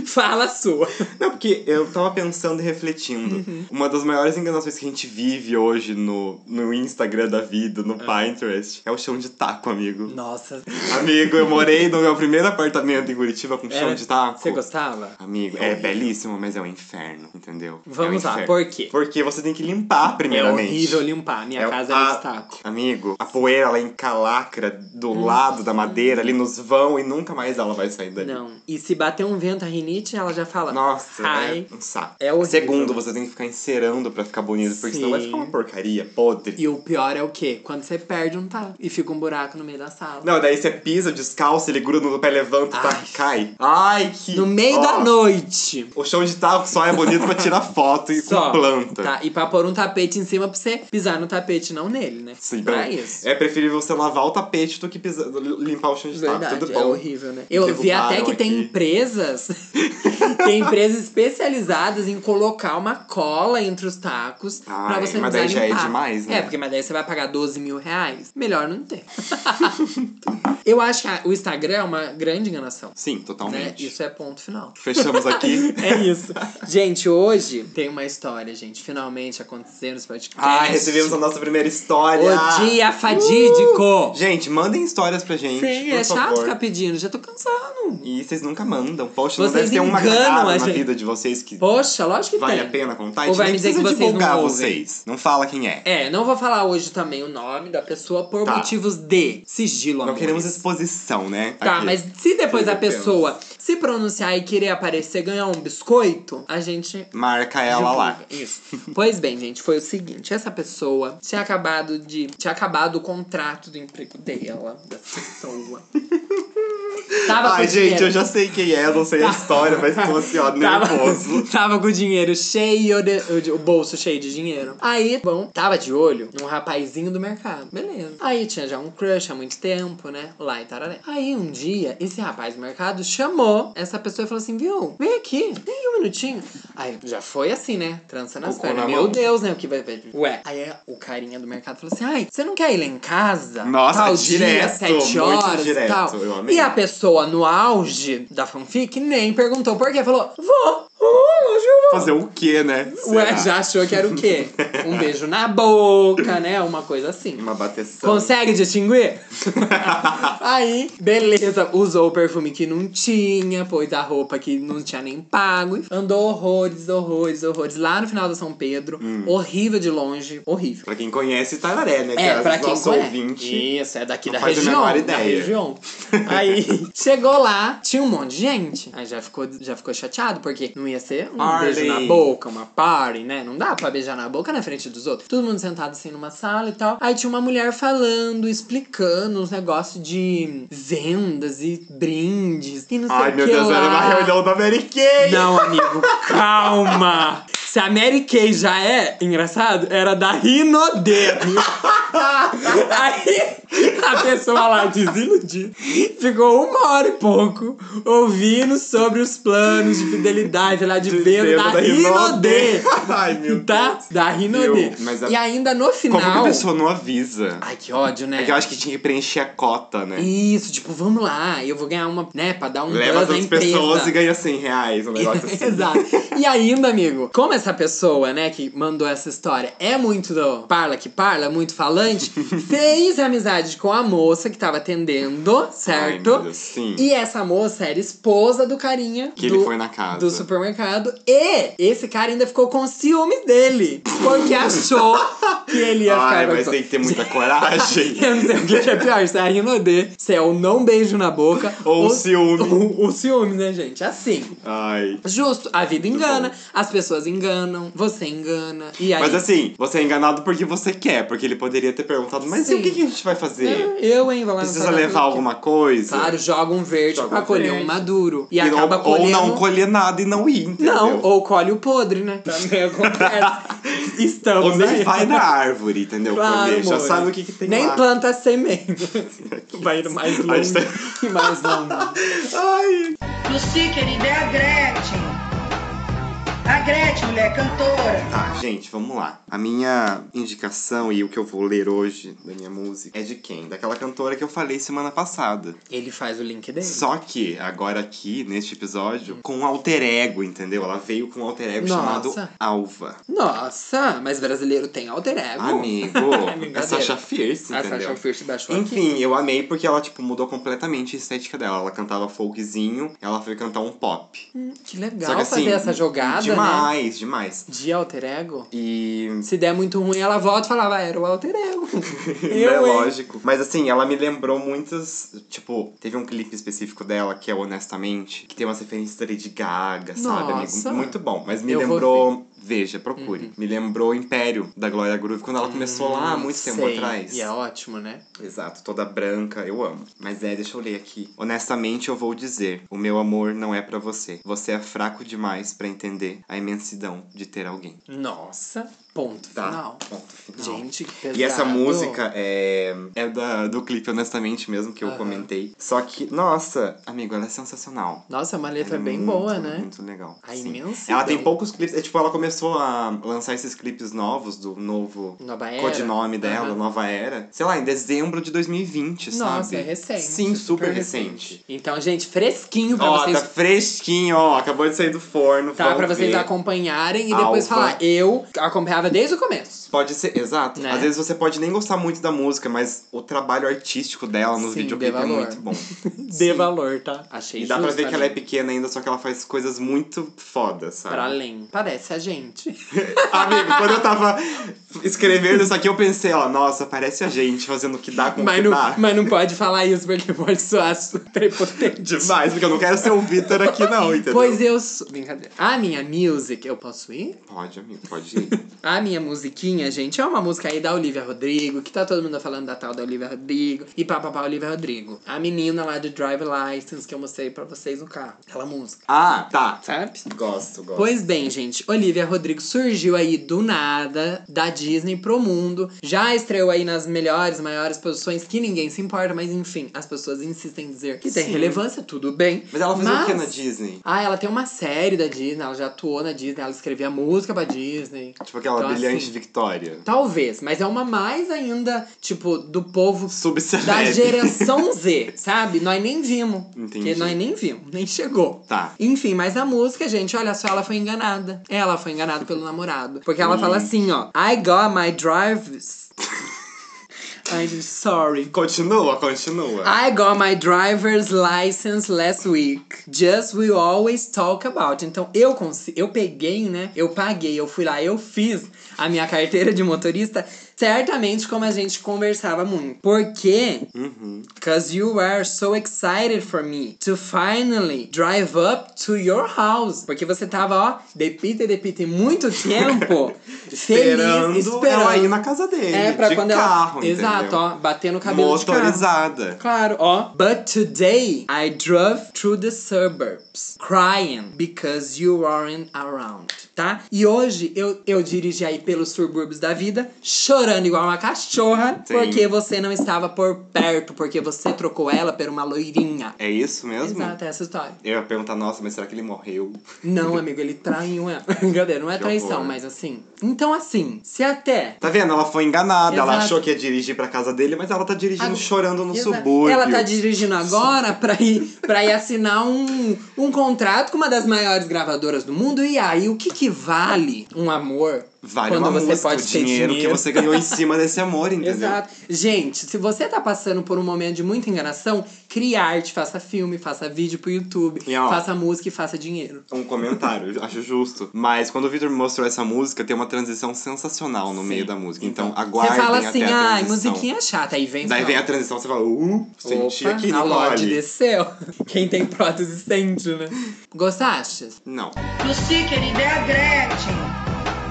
[SPEAKER 1] Fala a sua.
[SPEAKER 2] Não, porque eu tava pensando e refletindo.
[SPEAKER 1] Uhum.
[SPEAKER 2] Uma das maiores enganações que a gente vive hoje no, no Instagram da vida, no Pinterest, é o chão de taco, amigo.
[SPEAKER 1] Nossa.
[SPEAKER 2] Tá Amigo, eu morei no meu primeiro apartamento em Curitiba com chão
[SPEAKER 1] Era-
[SPEAKER 2] de taco.
[SPEAKER 1] É, Você gostava?
[SPEAKER 2] Amigo, é belíssimo, mas é um inferno, entendeu?
[SPEAKER 1] Vamos
[SPEAKER 2] é
[SPEAKER 1] lá,
[SPEAKER 2] um inferno.
[SPEAKER 1] por quê?
[SPEAKER 2] Porque você tem que limpar
[SPEAKER 1] É
[SPEAKER 2] primeiramente.
[SPEAKER 1] horrível limpar. Minha
[SPEAKER 2] É,
[SPEAKER 1] casa um era
[SPEAKER 2] a-
[SPEAKER 1] destaco.
[SPEAKER 2] Amigo, a poeira ela encalacra do lado da madeira, ali nos vão, e nunca mais ela vai sair dali.
[SPEAKER 1] Não. E se bater um vento a rinite, ela já fala.
[SPEAKER 2] Nossa,
[SPEAKER 1] Ai.
[SPEAKER 2] é um saco.
[SPEAKER 1] É horrível.
[SPEAKER 2] Segundo, você tem que ficar encerando pra ficar bonito, porque senão vai
[SPEAKER 1] Sim.
[SPEAKER 2] ficar uma porcaria podre.
[SPEAKER 1] E o pior é o quê? Quando você perde um taco e fica um buraco no meio da sala.
[SPEAKER 2] Não, daí você pisa descalço, ele gruda no pé, levanta, tá,
[SPEAKER 1] Ai.
[SPEAKER 2] cai. Ai, que.
[SPEAKER 1] No meio
[SPEAKER 2] ó,
[SPEAKER 1] da noite.
[SPEAKER 2] O chão de taco só é bonito pra tirar foto e
[SPEAKER 1] Só.
[SPEAKER 2] com planta.
[SPEAKER 1] Tá? E pra pôr um tapete em cima pra você pisar no tapete, não nele, né?
[SPEAKER 2] Sim,
[SPEAKER 1] pra
[SPEAKER 2] então,
[SPEAKER 1] isso.
[SPEAKER 2] É preferível você lavar o tapete do que pisar, limpar o chão de taco.
[SPEAKER 1] Verdade,
[SPEAKER 2] Ah, Tudo
[SPEAKER 1] é
[SPEAKER 2] bom.
[SPEAKER 1] horrível, né? Eu vi até que
[SPEAKER 2] Derrubaram
[SPEAKER 1] tem
[SPEAKER 2] aqui. (laughs)
[SPEAKER 1] empresas. tem empresas especializadas em colocar uma cola entre os tacos pra
[SPEAKER 2] Ai,
[SPEAKER 1] você não
[SPEAKER 2] mas daí
[SPEAKER 1] precisar
[SPEAKER 2] já é
[SPEAKER 1] limpar.
[SPEAKER 2] demais, né?
[SPEAKER 1] É, porque mas daí você vai pagar 12 mil reais. Melhor não ter. (laughs) Eu acho que a- o Instagram é uma grande enganação.
[SPEAKER 2] Sim,
[SPEAKER 1] Né?
[SPEAKER 2] totalmente.
[SPEAKER 1] Isso é ponto final. (laughs)
[SPEAKER 2] Fechamos aqui.
[SPEAKER 1] É isso. gente, hoje tem uma história, gente. Finalmente aconteceu nos podcasts.
[SPEAKER 2] Ai, Ah, recebemos a nossa primeira história.
[SPEAKER 1] O dia fadídico.
[SPEAKER 2] Gente, mandem histórias pra gente.
[SPEAKER 1] Sim,
[SPEAKER 2] por
[SPEAKER 1] é chato
[SPEAKER 2] favor.
[SPEAKER 1] ficar pedindo. Já tô cansando.
[SPEAKER 2] E vocês nunca mandam. Poxa, não
[SPEAKER 1] Vocês
[SPEAKER 2] deve ter uma
[SPEAKER 1] enganam
[SPEAKER 2] granada
[SPEAKER 1] a
[SPEAKER 2] na
[SPEAKER 1] gente.
[SPEAKER 2] vida de vocês que
[SPEAKER 1] Poxa, lógico que
[SPEAKER 2] vale
[SPEAKER 1] tem.
[SPEAKER 2] a pena contar. A
[SPEAKER 1] Ou
[SPEAKER 2] gente
[SPEAKER 1] vai
[SPEAKER 2] nem
[SPEAKER 1] me dizer
[SPEAKER 2] precisa
[SPEAKER 1] que vocês
[SPEAKER 2] divulgar
[SPEAKER 1] não ouvem.
[SPEAKER 2] vocês. Não fala quem é.
[SPEAKER 1] É, não vou falar hoje também o nome da pessoa por
[SPEAKER 2] Tá.
[SPEAKER 1] motivos de sigilo,
[SPEAKER 2] não
[SPEAKER 1] amores.
[SPEAKER 2] queremos exposição, né?
[SPEAKER 1] Tá,
[SPEAKER 2] Aqui.
[SPEAKER 1] mas se depois
[SPEAKER 2] Aqui é
[SPEAKER 1] a
[SPEAKER 2] eu penso.
[SPEAKER 1] pessoa se pronunciar e querer aparecer, ganhar um biscoito, a gente
[SPEAKER 2] Marca É ela lá.
[SPEAKER 1] Isso.
[SPEAKER 2] (laughs)
[SPEAKER 1] Pois bem, gente, foi o seguinte: essa pessoa tinha acabado de. Tinha acabado o contrato do emprego dela, da
[SPEAKER 2] (laughs)
[SPEAKER 1] pessoa. Tava
[SPEAKER 2] Ai,
[SPEAKER 1] com
[SPEAKER 2] gente,
[SPEAKER 1] dinheiro. Tá.
[SPEAKER 2] eu já sei quem é, eu não sei a história, mas tô
[SPEAKER 1] (laughs)
[SPEAKER 2] assim, ó, nervoso.
[SPEAKER 1] Tava, tava com o dinheiro cheio, de- o de- o bolso cheio de dinheiro. Aí, bom, tava de olho num rapazinho do mercado. Beleza. Aí tinha já um crush há muito tempo, né? Lá e tararé. Aí um dia, esse rapaz do mercado chamou essa pessoa e falou assim: viu, vem aqui, tem um minutinho. Aí já foi assim, né? Trança nas
[SPEAKER 2] O cu
[SPEAKER 1] pernas.
[SPEAKER 2] na
[SPEAKER 1] Meu
[SPEAKER 2] mão.
[SPEAKER 1] Deus, né? O que vai. vai- Ué. Aí é, o carinha do mercado falou assim: ai, você não quer ir lá em casa?
[SPEAKER 2] Nossa, é
[SPEAKER 1] Tal dia,
[SPEAKER 2] direto,
[SPEAKER 1] sete
[SPEAKER 2] muito
[SPEAKER 1] horas e
[SPEAKER 2] direto,
[SPEAKER 1] tal.
[SPEAKER 2] eu amei.
[SPEAKER 1] E a pessoa no auge da fanfic nem perguntou por quê. Falou, vou, uh, lógico que eu vou.
[SPEAKER 2] Fazer o quê, né?
[SPEAKER 1] Ué,
[SPEAKER 2] Será?
[SPEAKER 1] já achou que era o quê? Um beijo na boca, né? Uma coisa assim.
[SPEAKER 2] Uma bateção.
[SPEAKER 1] Consegue distinguir? Aí, beleza, usou o perfume que não tinha, pôs a roupa que não tinha nem pago. Andou horrores, horrores, horrores. Lá no final da São Pedro, horrível de longe, horrível.
[SPEAKER 2] (laughs) Pra quem conhece Tararé, né?
[SPEAKER 1] É,
[SPEAKER 2] que
[SPEAKER 1] pra
[SPEAKER 2] o
[SPEAKER 1] quem
[SPEAKER 2] nosso
[SPEAKER 1] conhece.
[SPEAKER 2] ouvinte.
[SPEAKER 1] Isso, é daqui
[SPEAKER 2] Não
[SPEAKER 1] da
[SPEAKER 2] faz a
[SPEAKER 1] região.
[SPEAKER 2] menor
[SPEAKER 1] Da
[SPEAKER 2] ideia. (laughs)
[SPEAKER 1] região. Aí chegou lá, tinha um monte de gente. Aí já ficou, já ficou chateado, porque não ia ser um
[SPEAKER 2] Party.
[SPEAKER 1] beijo na boca, uma party, né? Não dá pra beijar na boca na frente dos outros. Todo mundo sentado assim numa sala e tal. Aí tinha uma mulher falando, explicando uns negócios de vendas e brindes. E não sei
[SPEAKER 2] Ai,
[SPEAKER 1] o
[SPEAKER 2] meu
[SPEAKER 1] que
[SPEAKER 2] Deus,
[SPEAKER 1] lá.
[SPEAKER 2] era uma reunião do American!
[SPEAKER 1] Não, amigo, calma! Se a Mary Kay já
[SPEAKER 2] (laughs)
[SPEAKER 1] é engraçado, era da Rinodê. Aí A pessoa lá desiludida ficou uma hora e pouco ouvindo sobre os planos de fidelidade lá de Belo da Rinodê.
[SPEAKER 2] Ai, meu Deus.
[SPEAKER 1] Tá? Da Rinodê.
[SPEAKER 2] Viu? Mas a-
[SPEAKER 1] E ainda no
[SPEAKER 2] Como que a
[SPEAKER 1] final.
[SPEAKER 2] pessoa não avisa?
[SPEAKER 1] Ai, que ódio, né?
[SPEAKER 2] É que eu acho que tinha que preencher a cota, né?
[SPEAKER 1] Isso, tipo, vamos lá, eu vou ganhar uma, né, pra dar um buzz
[SPEAKER 2] Leva
[SPEAKER 1] na
[SPEAKER 2] duas
[SPEAKER 1] empresa.
[SPEAKER 2] pessoas e ganha 100 reais,
[SPEAKER 1] (laughs)
[SPEAKER 2] um negócio assim.
[SPEAKER 1] Exato. E ainda, amigo, como essa pessoa, né, que mandou essa história é muito do parla que parla, muito
[SPEAKER 2] (laughs)
[SPEAKER 1] falante, fez amizade com a moça que tava atendendo,
[SPEAKER 2] Ai, meu
[SPEAKER 1] certo?
[SPEAKER 2] Deus, sim.
[SPEAKER 1] e essa moça era esposa do carinha
[SPEAKER 2] Que
[SPEAKER 1] do,
[SPEAKER 2] ele foi na casa.
[SPEAKER 1] do supermercado. E esse cara ainda ficou com ciúme dele, porque
[SPEAKER 2] (laughs)
[SPEAKER 1] achou que ele ia ficar
[SPEAKER 2] Ai,
[SPEAKER 1] com a
[SPEAKER 2] mas
[SPEAKER 1] pessoa.
[SPEAKER 2] tem que ter muita coragem.
[SPEAKER 1] (laughs) Eu não sei o que que é pior, se é a Rinodê, se é o não beijo na boca.
[SPEAKER 2] Ou o ciúme.
[SPEAKER 1] Ou (laughs) o ciúme, né, gente? Assim.
[SPEAKER 2] Ai.
[SPEAKER 1] Justo, a vida
[SPEAKER 2] Muito
[SPEAKER 1] engana,
[SPEAKER 2] bom.
[SPEAKER 1] as pessoas enganam, você engana. E aí.
[SPEAKER 2] Mas assim, você é enganado porque você quer, porque ele poderia ter perguntado, mas e
[SPEAKER 1] Sim.
[SPEAKER 2] o que, que a gente vai fazer?
[SPEAKER 1] eu, eu, hein, vou lá no
[SPEAKER 2] Precisa
[SPEAKER 1] Sagrado
[SPEAKER 2] levar
[SPEAKER 1] Rio.
[SPEAKER 2] alguma coisa?
[SPEAKER 1] Claro, joga um verde
[SPEAKER 2] Joga
[SPEAKER 1] pra
[SPEAKER 2] um
[SPEAKER 1] colher
[SPEAKER 2] verde.
[SPEAKER 1] um maduro. E,
[SPEAKER 2] E não-
[SPEAKER 1] acaba
[SPEAKER 2] ou
[SPEAKER 1] colhendo.
[SPEAKER 2] não colher nada e não ir, entendeu?
[SPEAKER 1] Não, ou colhe o podre, né? Também acontece. (laughs) Estamos
[SPEAKER 2] Ou nem
[SPEAKER 1] aí. (laughs)
[SPEAKER 2] vai na árvore, entendeu?
[SPEAKER 1] Claro,
[SPEAKER 2] Colher, já
[SPEAKER 1] amor.
[SPEAKER 2] sabe o que, que tem
[SPEAKER 1] Nem
[SPEAKER 2] lá.
[SPEAKER 1] planta
[SPEAKER 2] (laughs)
[SPEAKER 1] semente. Vai indo mais
[SPEAKER 2] A
[SPEAKER 1] longe
[SPEAKER 2] gente tá-
[SPEAKER 1] e (laughs) mais longe.
[SPEAKER 2] (laughs) Ai.
[SPEAKER 3] Lucy, querida, é a Gretchen. A Gretchen, mulher, cantora.
[SPEAKER 2] Tá, gente, vamos lá. A minha indicação e o que eu vou ler hoje da minha música é de quem? Daquela cantora que eu falei semana passada.
[SPEAKER 1] Ele faz o link dele.
[SPEAKER 2] Só que agora aqui, neste episódio, com um alter ego, entendeu? Ela veio com um alter ego
[SPEAKER 1] Nossa.
[SPEAKER 2] chamado Alva.
[SPEAKER 1] Nossa, mas brasileiro tem alter ego. (laughs)
[SPEAKER 2] Amigo, é
[SPEAKER 1] Brincadeira.
[SPEAKER 2] Sasha Fierce,
[SPEAKER 1] A Sasha é
[SPEAKER 2] entendeu?
[SPEAKER 1] Fierce baixou aqui.
[SPEAKER 2] Enfim, eu amei porque ela, tipo, mudou completamente a estética dela. Ela cantava folkzinho, ela foi cantar um pop.
[SPEAKER 1] Que
[SPEAKER 2] Só
[SPEAKER 1] legal
[SPEAKER 2] que assim,
[SPEAKER 1] fazer essa jogada, né?
[SPEAKER 2] demais, demais.
[SPEAKER 1] De alter ego.
[SPEAKER 2] E (laughs)
[SPEAKER 1] Se der muito ruim, ela volta e falava, era o alter ego.
[SPEAKER 2] Não é
[SPEAKER 1] hein?
[SPEAKER 2] lógico. Mas assim, ela me lembrou muitas. Tipo, teve um clipe específico dela, que é Honestamente, que tem umas referências da Lady Gaga, sabe,
[SPEAKER 1] Nossa.
[SPEAKER 2] amigo? Muito bom. Mas me
[SPEAKER 1] Eu vou Uhum.
[SPEAKER 2] lembrou. Veja, procure. Me lembrou Império da Glória Groove quando ela começou lá há muito tempo
[SPEAKER 1] Sei.
[SPEAKER 2] atrás.
[SPEAKER 1] E é ótimo, né?
[SPEAKER 2] Exato, toda branca, eu amo. Mas é, deixa eu ler aqui. Honestamente, eu vou dizer: o meu amor não é pra você. Você é fraco demais pra entender a imensidão de ter alguém.
[SPEAKER 1] Nossa, ponto
[SPEAKER 2] Tá?
[SPEAKER 1] final.
[SPEAKER 2] Ponto final.
[SPEAKER 1] Gente, que pesado.
[SPEAKER 2] E essa música é, é da, do clipe, honestamente mesmo, que eu
[SPEAKER 1] Aham.
[SPEAKER 2] comentei. Só que, nossa, amigo, ela é sensacional.
[SPEAKER 1] Nossa, é uma
[SPEAKER 2] Ela
[SPEAKER 1] letra
[SPEAKER 2] é
[SPEAKER 1] bem
[SPEAKER 2] muito,
[SPEAKER 1] boa, né?
[SPEAKER 2] Muito legal.
[SPEAKER 1] A
[SPEAKER 2] sim.
[SPEAKER 1] imensidão.
[SPEAKER 2] Ela tem poucos clipes. É, tipo, ela começou a lançar esses clipes novos do novo
[SPEAKER 1] Nova era.
[SPEAKER 2] codinome dela,
[SPEAKER 1] Aham.
[SPEAKER 2] Nova Era. Sei lá, em dezembro de 2020, sabe?
[SPEAKER 1] Nossa, é recente.
[SPEAKER 2] Sim, super recente.
[SPEAKER 1] Então, gente, fresquinho pra
[SPEAKER 2] Ó,
[SPEAKER 1] vocês.
[SPEAKER 2] tá fresquinho, ó. Acabou de sair do forno.
[SPEAKER 1] Tá,
[SPEAKER 2] vamos
[SPEAKER 1] pra vocês
[SPEAKER 2] ver. Ah,
[SPEAKER 1] acompanharem e depois
[SPEAKER 2] Alva.
[SPEAKER 1] falar. Eu acompanhava desde o começo.
[SPEAKER 2] Pode ser, exato.
[SPEAKER 1] Né?
[SPEAKER 2] Às vezes você pode nem gostar muito da música, mas o trabalho artístico dela nos
[SPEAKER 1] Sim,
[SPEAKER 2] videoclipes
[SPEAKER 1] dê
[SPEAKER 2] é
[SPEAKER 1] valor.
[SPEAKER 2] muito
[SPEAKER 1] (laughs)
[SPEAKER 2] bom.
[SPEAKER 1] De valor, tá? Achei
[SPEAKER 2] E dá pra
[SPEAKER 1] justo,
[SPEAKER 2] ver que ela é
[SPEAKER 1] amigo.
[SPEAKER 2] pequena ainda, só que ela faz coisas muito fodas, sabe?
[SPEAKER 1] Pra além. Parece a gente.
[SPEAKER 2] (laughs) Amigo, quando eu tava escrevendo isso aqui, eu pensei, ó, nossa, parece a gente fazendo o que dá com o que
[SPEAKER 1] Mas não,
[SPEAKER 2] dá.
[SPEAKER 1] mas não pode falar isso porque pode soar su-
[SPEAKER 2] (laughs)
[SPEAKER 1] prepotente.
[SPEAKER 2] Demais, porque eu não quero ser o Vitor aqui, não, entendeu?
[SPEAKER 1] Pois eu sou. Brincadeira. A minha music, eu posso ir?
[SPEAKER 2] Pode, amigo, pode ir. (laughs)
[SPEAKER 1] A minha musiquinha, gente, é uma música aí da Olivia Rodrigo, que tá todo mundo falando da tal da Olivia Rodrigo, e papapá Olivia Rodrigo. A menina lá de Drive License que eu mostrei pra vocês no carro. Aquela música,
[SPEAKER 2] Ah, tá.
[SPEAKER 1] sabe?
[SPEAKER 2] Gosto, gosto.
[SPEAKER 1] Pois bem, gente, Olivia Rodrigo surgiu aí do nada, da Disney pro mundo. Já estreou aí nas melhores, maiores posições que ninguém se importa, mas enfim, as pessoas insistem em dizer que tem
[SPEAKER 2] Sim.
[SPEAKER 1] relevância, tudo bem.
[SPEAKER 2] Mas ela fez o que
[SPEAKER 1] Mas-
[SPEAKER 2] na Disney?
[SPEAKER 1] Ah, ela tem uma série da Disney, ela já atuou na Disney, ela escrevia música pra Disney.
[SPEAKER 2] Tipo aquela
[SPEAKER 1] Então,
[SPEAKER 2] brilhante
[SPEAKER 1] assim,
[SPEAKER 2] Victoria.
[SPEAKER 1] Talvez, mas é uma mais ainda, tipo, do povo da
[SPEAKER 2] Subceleb.
[SPEAKER 1] geração Z, sabe? Nós nem vimos.
[SPEAKER 2] Entendi.
[SPEAKER 1] Que nós nem vimos, nem chegou.
[SPEAKER 2] Tá.
[SPEAKER 1] Enfim, mas a música, gente, olha só, ela foi enganada. Ela foi enganada pelo namorado. Porque ela
[SPEAKER 2] Ih.
[SPEAKER 1] fala assim, ó. I got my
[SPEAKER 2] (laughs)
[SPEAKER 1] drivers. I'm sorry.
[SPEAKER 2] (laughs) Continua, continua.
[SPEAKER 1] I got my driver's license last week. Just we always talk about. Então eu consi- eu peguei, né? Eu paguei, eu fui lá, eu fiz a minha carteira de motorista, certamente como a gente conversava muito. Porque
[SPEAKER 2] Uhum.
[SPEAKER 1] Because you were so excited for me to finally drive up to your house. Porque você tava, ó, depita, depita, muito tempo.
[SPEAKER 2] (laughs) esperando,
[SPEAKER 1] feliz, esperando.
[SPEAKER 2] ela ir na casa dele.
[SPEAKER 1] é, pra
[SPEAKER 2] de
[SPEAKER 1] quando
[SPEAKER 2] carro,
[SPEAKER 1] ela... Exato,
[SPEAKER 2] entendeu?
[SPEAKER 1] ó, batendo o cabelo de carro.
[SPEAKER 2] Motorizada.
[SPEAKER 1] Claro, ó. But today I drove through the suburbs crying because you weren't around, tá? E hoje eu, eu dirigi aí pelos subúrbios da vida chorando chorando igual uma cachorra
[SPEAKER 2] Sim.
[SPEAKER 1] porque você não estava por perto, porque você trocou ela por uma loirinha.
[SPEAKER 2] É isso mesmo?
[SPEAKER 1] Exato, é essa história.
[SPEAKER 2] Eu ia perguntar, nossa, mas será que ele morreu?
[SPEAKER 1] Não, amigo, ele traiu ela. (laughs) Brincadeira, não é
[SPEAKER 2] Que
[SPEAKER 1] traição,
[SPEAKER 2] horror.
[SPEAKER 1] mas assim. Então, assim, se até.
[SPEAKER 2] Tá vendo? Ela foi enganada, ela
[SPEAKER 1] Exato.
[SPEAKER 2] achou que ia dirigir pra casa dele, mas ela tá dirigindo
[SPEAKER 1] Agora-
[SPEAKER 2] chorando no
[SPEAKER 1] Exato.
[SPEAKER 2] subúrbio.
[SPEAKER 1] Ela tá dirigindo agora pra ir, pra ir assinar um, um contrato com uma das maiores gravadoras do mundo. E aí, o que que vale um amor?
[SPEAKER 2] Vale
[SPEAKER 1] quando
[SPEAKER 2] uma
[SPEAKER 1] você
[SPEAKER 2] música,
[SPEAKER 1] pode
[SPEAKER 2] o
[SPEAKER 1] ter
[SPEAKER 2] dinheiro,
[SPEAKER 1] dinheiro.
[SPEAKER 2] que você ganhou em cima
[SPEAKER 1] (laughs)
[SPEAKER 2] desse amor, entendeu?
[SPEAKER 1] Exato. Gente, se você tá passando por um momento de muita enganação, crie arte, faça filme, faça vídeo pro YouTube,
[SPEAKER 2] E, ó.
[SPEAKER 1] faça música e faça dinheiro.
[SPEAKER 2] Um comentário, eu acho justo. Mas quando o Victor me mostrou essa música, tem uma transição sensacional no
[SPEAKER 1] Sim.
[SPEAKER 2] meio da música. Então,
[SPEAKER 1] Você
[SPEAKER 2] aguardem
[SPEAKER 1] fala
[SPEAKER 2] até
[SPEAKER 1] assim,
[SPEAKER 2] a
[SPEAKER 1] ai,
[SPEAKER 2] transição."
[SPEAKER 1] musiquinha chata, aí vem
[SPEAKER 2] Daí
[SPEAKER 1] som.
[SPEAKER 2] vem a transição, você fala, uh, senti
[SPEAKER 1] Opa,
[SPEAKER 2] aqui,
[SPEAKER 1] a Lorde
[SPEAKER 2] Nicole.
[SPEAKER 1] desceu. (laughs) Quem tem prótese sente, né? Gostaste?
[SPEAKER 2] Não.
[SPEAKER 3] Lucy, querida, é a Gretchen.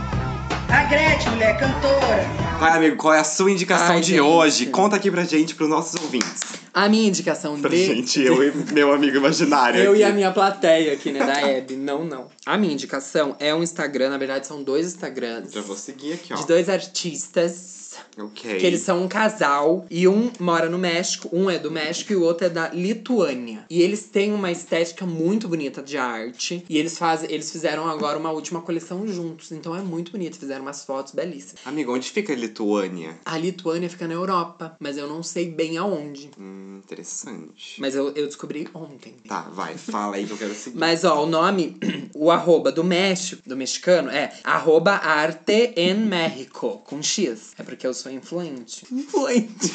[SPEAKER 3] A Gretchen, mulher cantora.
[SPEAKER 2] Vai, amigo, qual é a sua indicação
[SPEAKER 1] Ai,
[SPEAKER 2] de
[SPEAKER 1] gente.
[SPEAKER 2] hoje? Conta aqui pra gente, pros nossos ouvintes.
[SPEAKER 1] A minha indicação
[SPEAKER 2] Pra
[SPEAKER 1] de...
[SPEAKER 2] gente, eu e meu amigo imaginário.
[SPEAKER 1] Eu
[SPEAKER 2] aqui.
[SPEAKER 1] e a minha plateia aqui, né, da Hebe. Não, não. A minha indicação é um Instagram, na verdade são dois Instagrams.
[SPEAKER 2] Já vou seguir aqui, ó.
[SPEAKER 1] De dois artistas.
[SPEAKER 2] Ok.
[SPEAKER 1] Que eles são um casal e um mora no México, um é do México e o outro é da Lituânia. E eles têm uma estética muito bonita de arte e eles fazem, eles fizeram agora uma última coleção juntos, então é muito bonito, fizeram umas fotos belíssimas.
[SPEAKER 2] Amigo, onde fica a Lituânia?
[SPEAKER 1] A Lituânia fica na Europa, mas eu não sei bem aonde.
[SPEAKER 2] Hum, interessante.
[SPEAKER 1] Mas eu, eu descobri ontem.
[SPEAKER 2] Tá, vai, fala aí que eu quero seguir.
[SPEAKER 1] Mas ó, o nome, (clears throat) o arroba do México, do mexicano, é arroba arte en México, com X. É porque eu sou influente. Influente.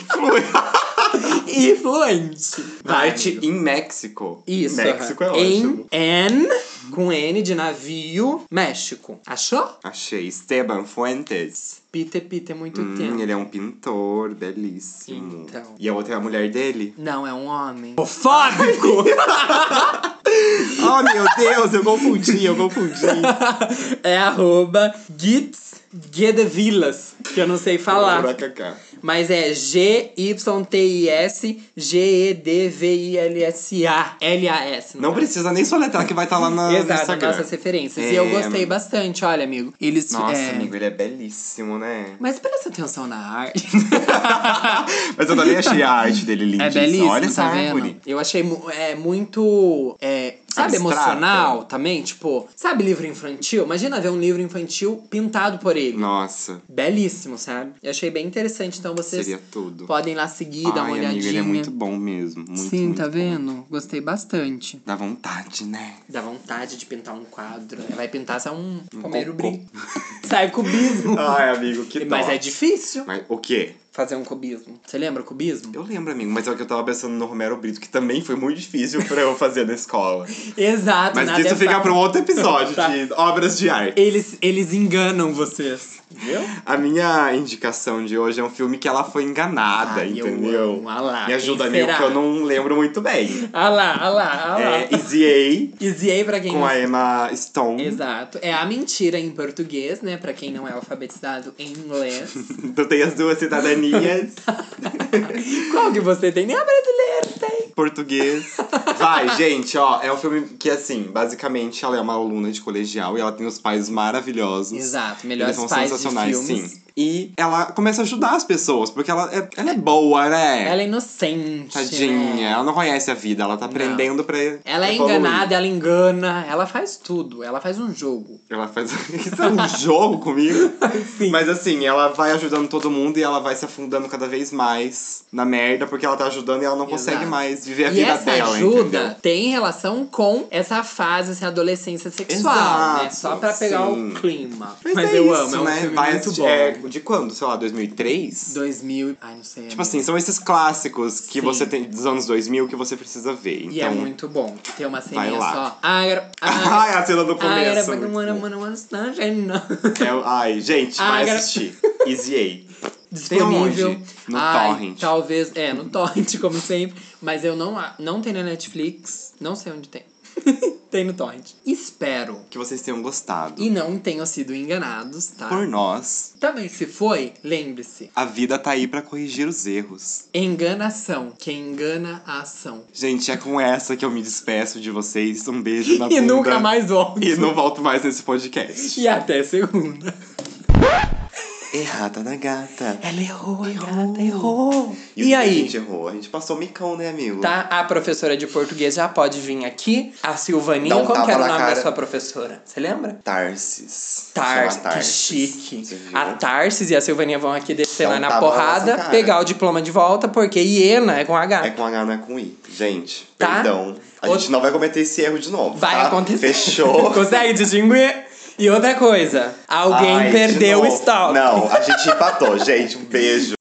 [SPEAKER 1] (laughs) influente. Vai,
[SPEAKER 2] Arte
[SPEAKER 1] amigo.
[SPEAKER 2] em México.
[SPEAKER 1] Isso.
[SPEAKER 2] México é
[SPEAKER 1] aham. em,
[SPEAKER 2] ótimo.
[SPEAKER 1] N, com N de navio, México. Achou?
[SPEAKER 2] Achei. Esteban Fuentes.
[SPEAKER 1] Pite, pite, muito
[SPEAKER 2] Hum,
[SPEAKER 1] tempo.
[SPEAKER 2] ele é um pintor belíssimo.
[SPEAKER 1] Então.
[SPEAKER 2] E a outra é a mulher dele?
[SPEAKER 1] Não, é um homem. Fóbico!
[SPEAKER 2] Oh, meu Deus, eu confundi, eu confundi.
[SPEAKER 1] (laughs) (laughs) é arroba Gitz Guedevilas, que eu não sei falar.
[SPEAKER 2] Buracacá.
[SPEAKER 1] Mas é G-Y-T-I-S-G-E-D-V-I-L-S-A. L-A-S. no
[SPEAKER 2] Não
[SPEAKER 1] caso.
[SPEAKER 2] precisa nem soletrar que vai estar lá na, no
[SPEAKER 1] Exato,
[SPEAKER 2] Instagram.
[SPEAKER 1] nossas referências. E
[SPEAKER 2] É.
[SPEAKER 1] eu gostei bastante, olha, amigo. Eles.
[SPEAKER 2] Nossa,
[SPEAKER 1] é,
[SPEAKER 2] amigo, ele é belíssimo, né?
[SPEAKER 1] Mas presta atenção na
[SPEAKER 2] (laughs)
[SPEAKER 1] arte.
[SPEAKER 2] Mas eu também achei a arte dele linda.
[SPEAKER 1] (laughs) É belíssimo,
[SPEAKER 2] Olha essa
[SPEAKER 1] tá
[SPEAKER 2] árvore.
[SPEAKER 1] vendo? Eu achei mu- é, muito. é, sabe,
[SPEAKER 2] Abstrata.
[SPEAKER 1] emocional também? Tipo, sabe livro infantil? Imagina ver um livro infantil pintado por ele.
[SPEAKER 2] Nossa,
[SPEAKER 1] Belíssimo, sabe? Eu achei bem interessante, então vocês
[SPEAKER 2] seria tudo.
[SPEAKER 1] podem lá seguir, dar uma
[SPEAKER 2] Ai,
[SPEAKER 1] olhadinha.
[SPEAKER 2] amigo, ele é muito bom mesmo. Muito,
[SPEAKER 1] Sim,
[SPEAKER 2] muito
[SPEAKER 1] tá
[SPEAKER 2] bom.
[SPEAKER 1] vendo? Gostei bastante.
[SPEAKER 2] Dá vontade, né?
[SPEAKER 1] Dá vontade de pintar um quadro. Vai pintar só um
[SPEAKER 2] cocô.
[SPEAKER 1] Romero Brito.
[SPEAKER 2] (laughs)
[SPEAKER 1] Sai cubismo.
[SPEAKER 2] Ai, amigo, (laughs) que dó.
[SPEAKER 1] Mas é difícil
[SPEAKER 2] Mas o quê?
[SPEAKER 1] fazer um cubismo. Você lembra o cubismo?
[SPEAKER 2] Eu lembro, amigo, mas é o que eu tava pensando no Romero Brito, que também foi muito difícil pra eu fazer
[SPEAKER 1] (laughs)
[SPEAKER 2] na escola.
[SPEAKER 1] Exato,
[SPEAKER 2] Mas
[SPEAKER 1] nada
[SPEAKER 2] isso
[SPEAKER 1] é
[SPEAKER 2] fica
[SPEAKER 1] fácil.
[SPEAKER 2] pra um outro episódio
[SPEAKER 1] Tá.
[SPEAKER 2] de obras de arte.
[SPEAKER 1] Eles, eles enganam vocês. Viu?
[SPEAKER 2] A minha indicação de hoje é um filme que ela foi enganada,
[SPEAKER 1] Ai, eu
[SPEAKER 2] entendeu?
[SPEAKER 1] amo. Ah lá,
[SPEAKER 2] Me ajuda,
[SPEAKER 1] quem
[SPEAKER 2] amigo,
[SPEAKER 1] será?
[SPEAKER 2] que eu não lembro muito bem.
[SPEAKER 1] Ah lá, ah lá, ah lá.
[SPEAKER 2] É Easy
[SPEAKER 1] Easy aí pra
[SPEAKER 2] A
[SPEAKER 1] quem
[SPEAKER 2] com
[SPEAKER 1] não
[SPEAKER 2] a Emma Stone.
[SPEAKER 1] Exato. É a mentira em português, né? Pra quem não é alfabetizado em inglês.
[SPEAKER 2] (laughs)
[SPEAKER 1] (laughs)
[SPEAKER 2] Tu tem as duas cidadanias,
[SPEAKER 1] Tá. Qual que você tem? Nem a brasileira tem.
[SPEAKER 2] português. Vai, gente, ó, é um filme que, assim, basicamente ela é uma aluna de colegial e ela tem os pais maravilhosos.
[SPEAKER 1] Exato,
[SPEAKER 2] Eles
[SPEAKER 1] melhores
[SPEAKER 2] são
[SPEAKER 1] pais
[SPEAKER 2] sensacionais,
[SPEAKER 1] de filmes.
[SPEAKER 2] sim. E ela começa a ajudar as pessoas, porque ela é, ela é boa, né?
[SPEAKER 1] Ela é inocente.
[SPEAKER 2] Tadinha,
[SPEAKER 1] né?
[SPEAKER 2] ela não conhece a vida, ela tá aprendendo pra.
[SPEAKER 1] Ela é
[SPEAKER 2] evoluir.
[SPEAKER 1] enganada, ela engana, ela faz tudo, ela faz um jogo.
[SPEAKER 2] Ela faz. (laughs) Isso é um jogo comigo.
[SPEAKER 1] (laughs) Sim.
[SPEAKER 2] Mas assim, ela vai ajudando todo mundo e ela vai se afundando cada vez mais na merda, porque ela tá ajudando e ela não consegue
[SPEAKER 1] Exato.
[SPEAKER 2] mais viver a
[SPEAKER 1] e
[SPEAKER 2] vida
[SPEAKER 1] essa
[SPEAKER 2] dela,
[SPEAKER 1] ajuda
[SPEAKER 2] entendeu?
[SPEAKER 1] tem relação com essa fase, essa adolescência sexual, né?
[SPEAKER 2] Exato,
[SPEAKER 1] Só pra pegar
[SPEAKER 2] sim.
[SPEAKER 1] o clima.
[SPEAKER 2] Mas, é
[SPEAKER 1] eu
[SPEAKER 2] isso,
[SPEAKER 1] amo, é um
[SPEAKER 2] né?
[SPEAKER 1] filme
[SPEAKER 2] vai
[SPEAKER 1] muito
[SPEAKER 2] assistir-
[SPEAKER 1] bom.
[SPEAKER 2] É, de quando? Sei lá, 2003?
[SPEAKER 1] 2000, e- ai não sei. é amiga.
[SPEAKER 2] Tipo assim, são esses clássicos que
[SPEAKER 1] Sim.
[SPEAKER 2] você tem dos anos 2000 que você precisa ver. Então,
[SPEAKER 1] E é muito bom. Tem uma ceninha
[SPEAKER 2] lá.
[SPEAKER 1] só. Ai, era-
[SPEAKER 2] (laughs) Ai,
[SPEAKER 1] ai,
[SPEAKER 2] a cena do
[SPEAKER 1] ai, Ah, era
[SPEAKER 2] começo. é
[SPEAKER 1] pra que
[SPEAKER 2] muito
[SPEAKER 1] mano,
[SPEAKER 2] bom.
[SPEAKER 1] mano, tá mano, não, gente, não.
[SPEAKER 2] É o- ai, gente, vai
[SPEAKER 1] Agra-
[SPEAKER 2] assistir. Easy
[SPEAKER 1] disponível.
[SPEAKER 2] onde? No
[SPEAKER 1] um Ai,
[SPEAKER 2] torrent.
[SPEAKER 1] Talvez, é, no torrent, (laughs) como sempre. Mas eu não, a- não tem na Netflix, não sei onde tem. (laughs) tem no torrent. Espero.
[SPEAKER 2] A. Que vocês tenham gostado.
[SPEAKER 1] E não tenham sido enganados, tá?
[SPEAKER 2] Por nós,
[SPEAKER 1] Também, se foi, lembre-se.
[SPEAKER 2] a vida tá aí pra corrigir os erros.
[SPEAKER 1] Enganação. Quem engana a ação.
[SPEAKER 2] Gente, é com essa que eu me despeço de vocês. Um beijo
[SPEAKER 1] (laughs)
[SPEAKER 2] na
[SPEAKER 1] E
[SPEAKER 2] bunda.
[SPEAKER 1] nunca mais volte.
[SPEAKER 2] E não volto mais nesse podcast.
[SPEAKER 1] E até segunda.
[SPEAKER 2] Errada da gata.
[SPEAKER 1] Ela errou, a
[SPEAKER 2] Errou.
[SPEAKER 1] gata errou.
[SPEAKER 2] o
[SPEAKER 1] E,
[SPEAKER 2] que A
[SPEAKER 1] aí?
[SPEAKER 2] gente errou. A gente passou micão, né, amigo?
[SPEAKER 1] Tá? A professora de português já pode vir aqui. A Silvaninha,
[SPEAKER 2] Dá um
[SPEAKER 1] como que
[SPEAKER 2] tapa
[SPEAKER 1] era o
[SPEAKER 2] na
[SPEAKER 1] nome da
[SPEAKER 2] cara.
[SPEAKER 1] sua professora? Você lembra?
[SPEAKER 2] é Tarsis.
[SPEAKER 1] Tarsis,
[SPEAKER 2] Chama
[SPEAKER 1] que chique.
[SPEAKER 2] Você viu?
[SPEAKER 1] A Tarsis e a Silvaninha vão aqui descer
[SPEAKER 2] Dá
[SPEAKER 1] lá
[SPEAKER 2] um
[SPEAKER 1] na
[SPEAKER 2] tapa na
[SPEAKER 1] porrada,
[SPEAKER 2] nossa cara.
[SPEAKER 1] pegar o diploma de volta, porque hiena é com H.
[SPEAKER 2] É com H, não é com I. Gente,
[SPEAKER 1] Tá?
[SPEAKER 2] perdão. A
[SPEAKER 1] Outro-
[SPEAKER 2] gente não vai cometer esse erro de novo.
[SPEAKER 1] Vai
[SPEAKER 2] tá?
[SPEAKER 1] acontecer.
[SPEAKER 2] Fechou.
[SPEAKER 1] (laughs) Consegue distinguir? E outra coisa, alguém
[SPEAKER 2] Ai, de
[SPEAKER 1] perdeu o
[SPEAKER 2] novo.
[SPEAKER 1] stop.
[SPEAKER 2] Não, a gente empatou, gente. Um beijo.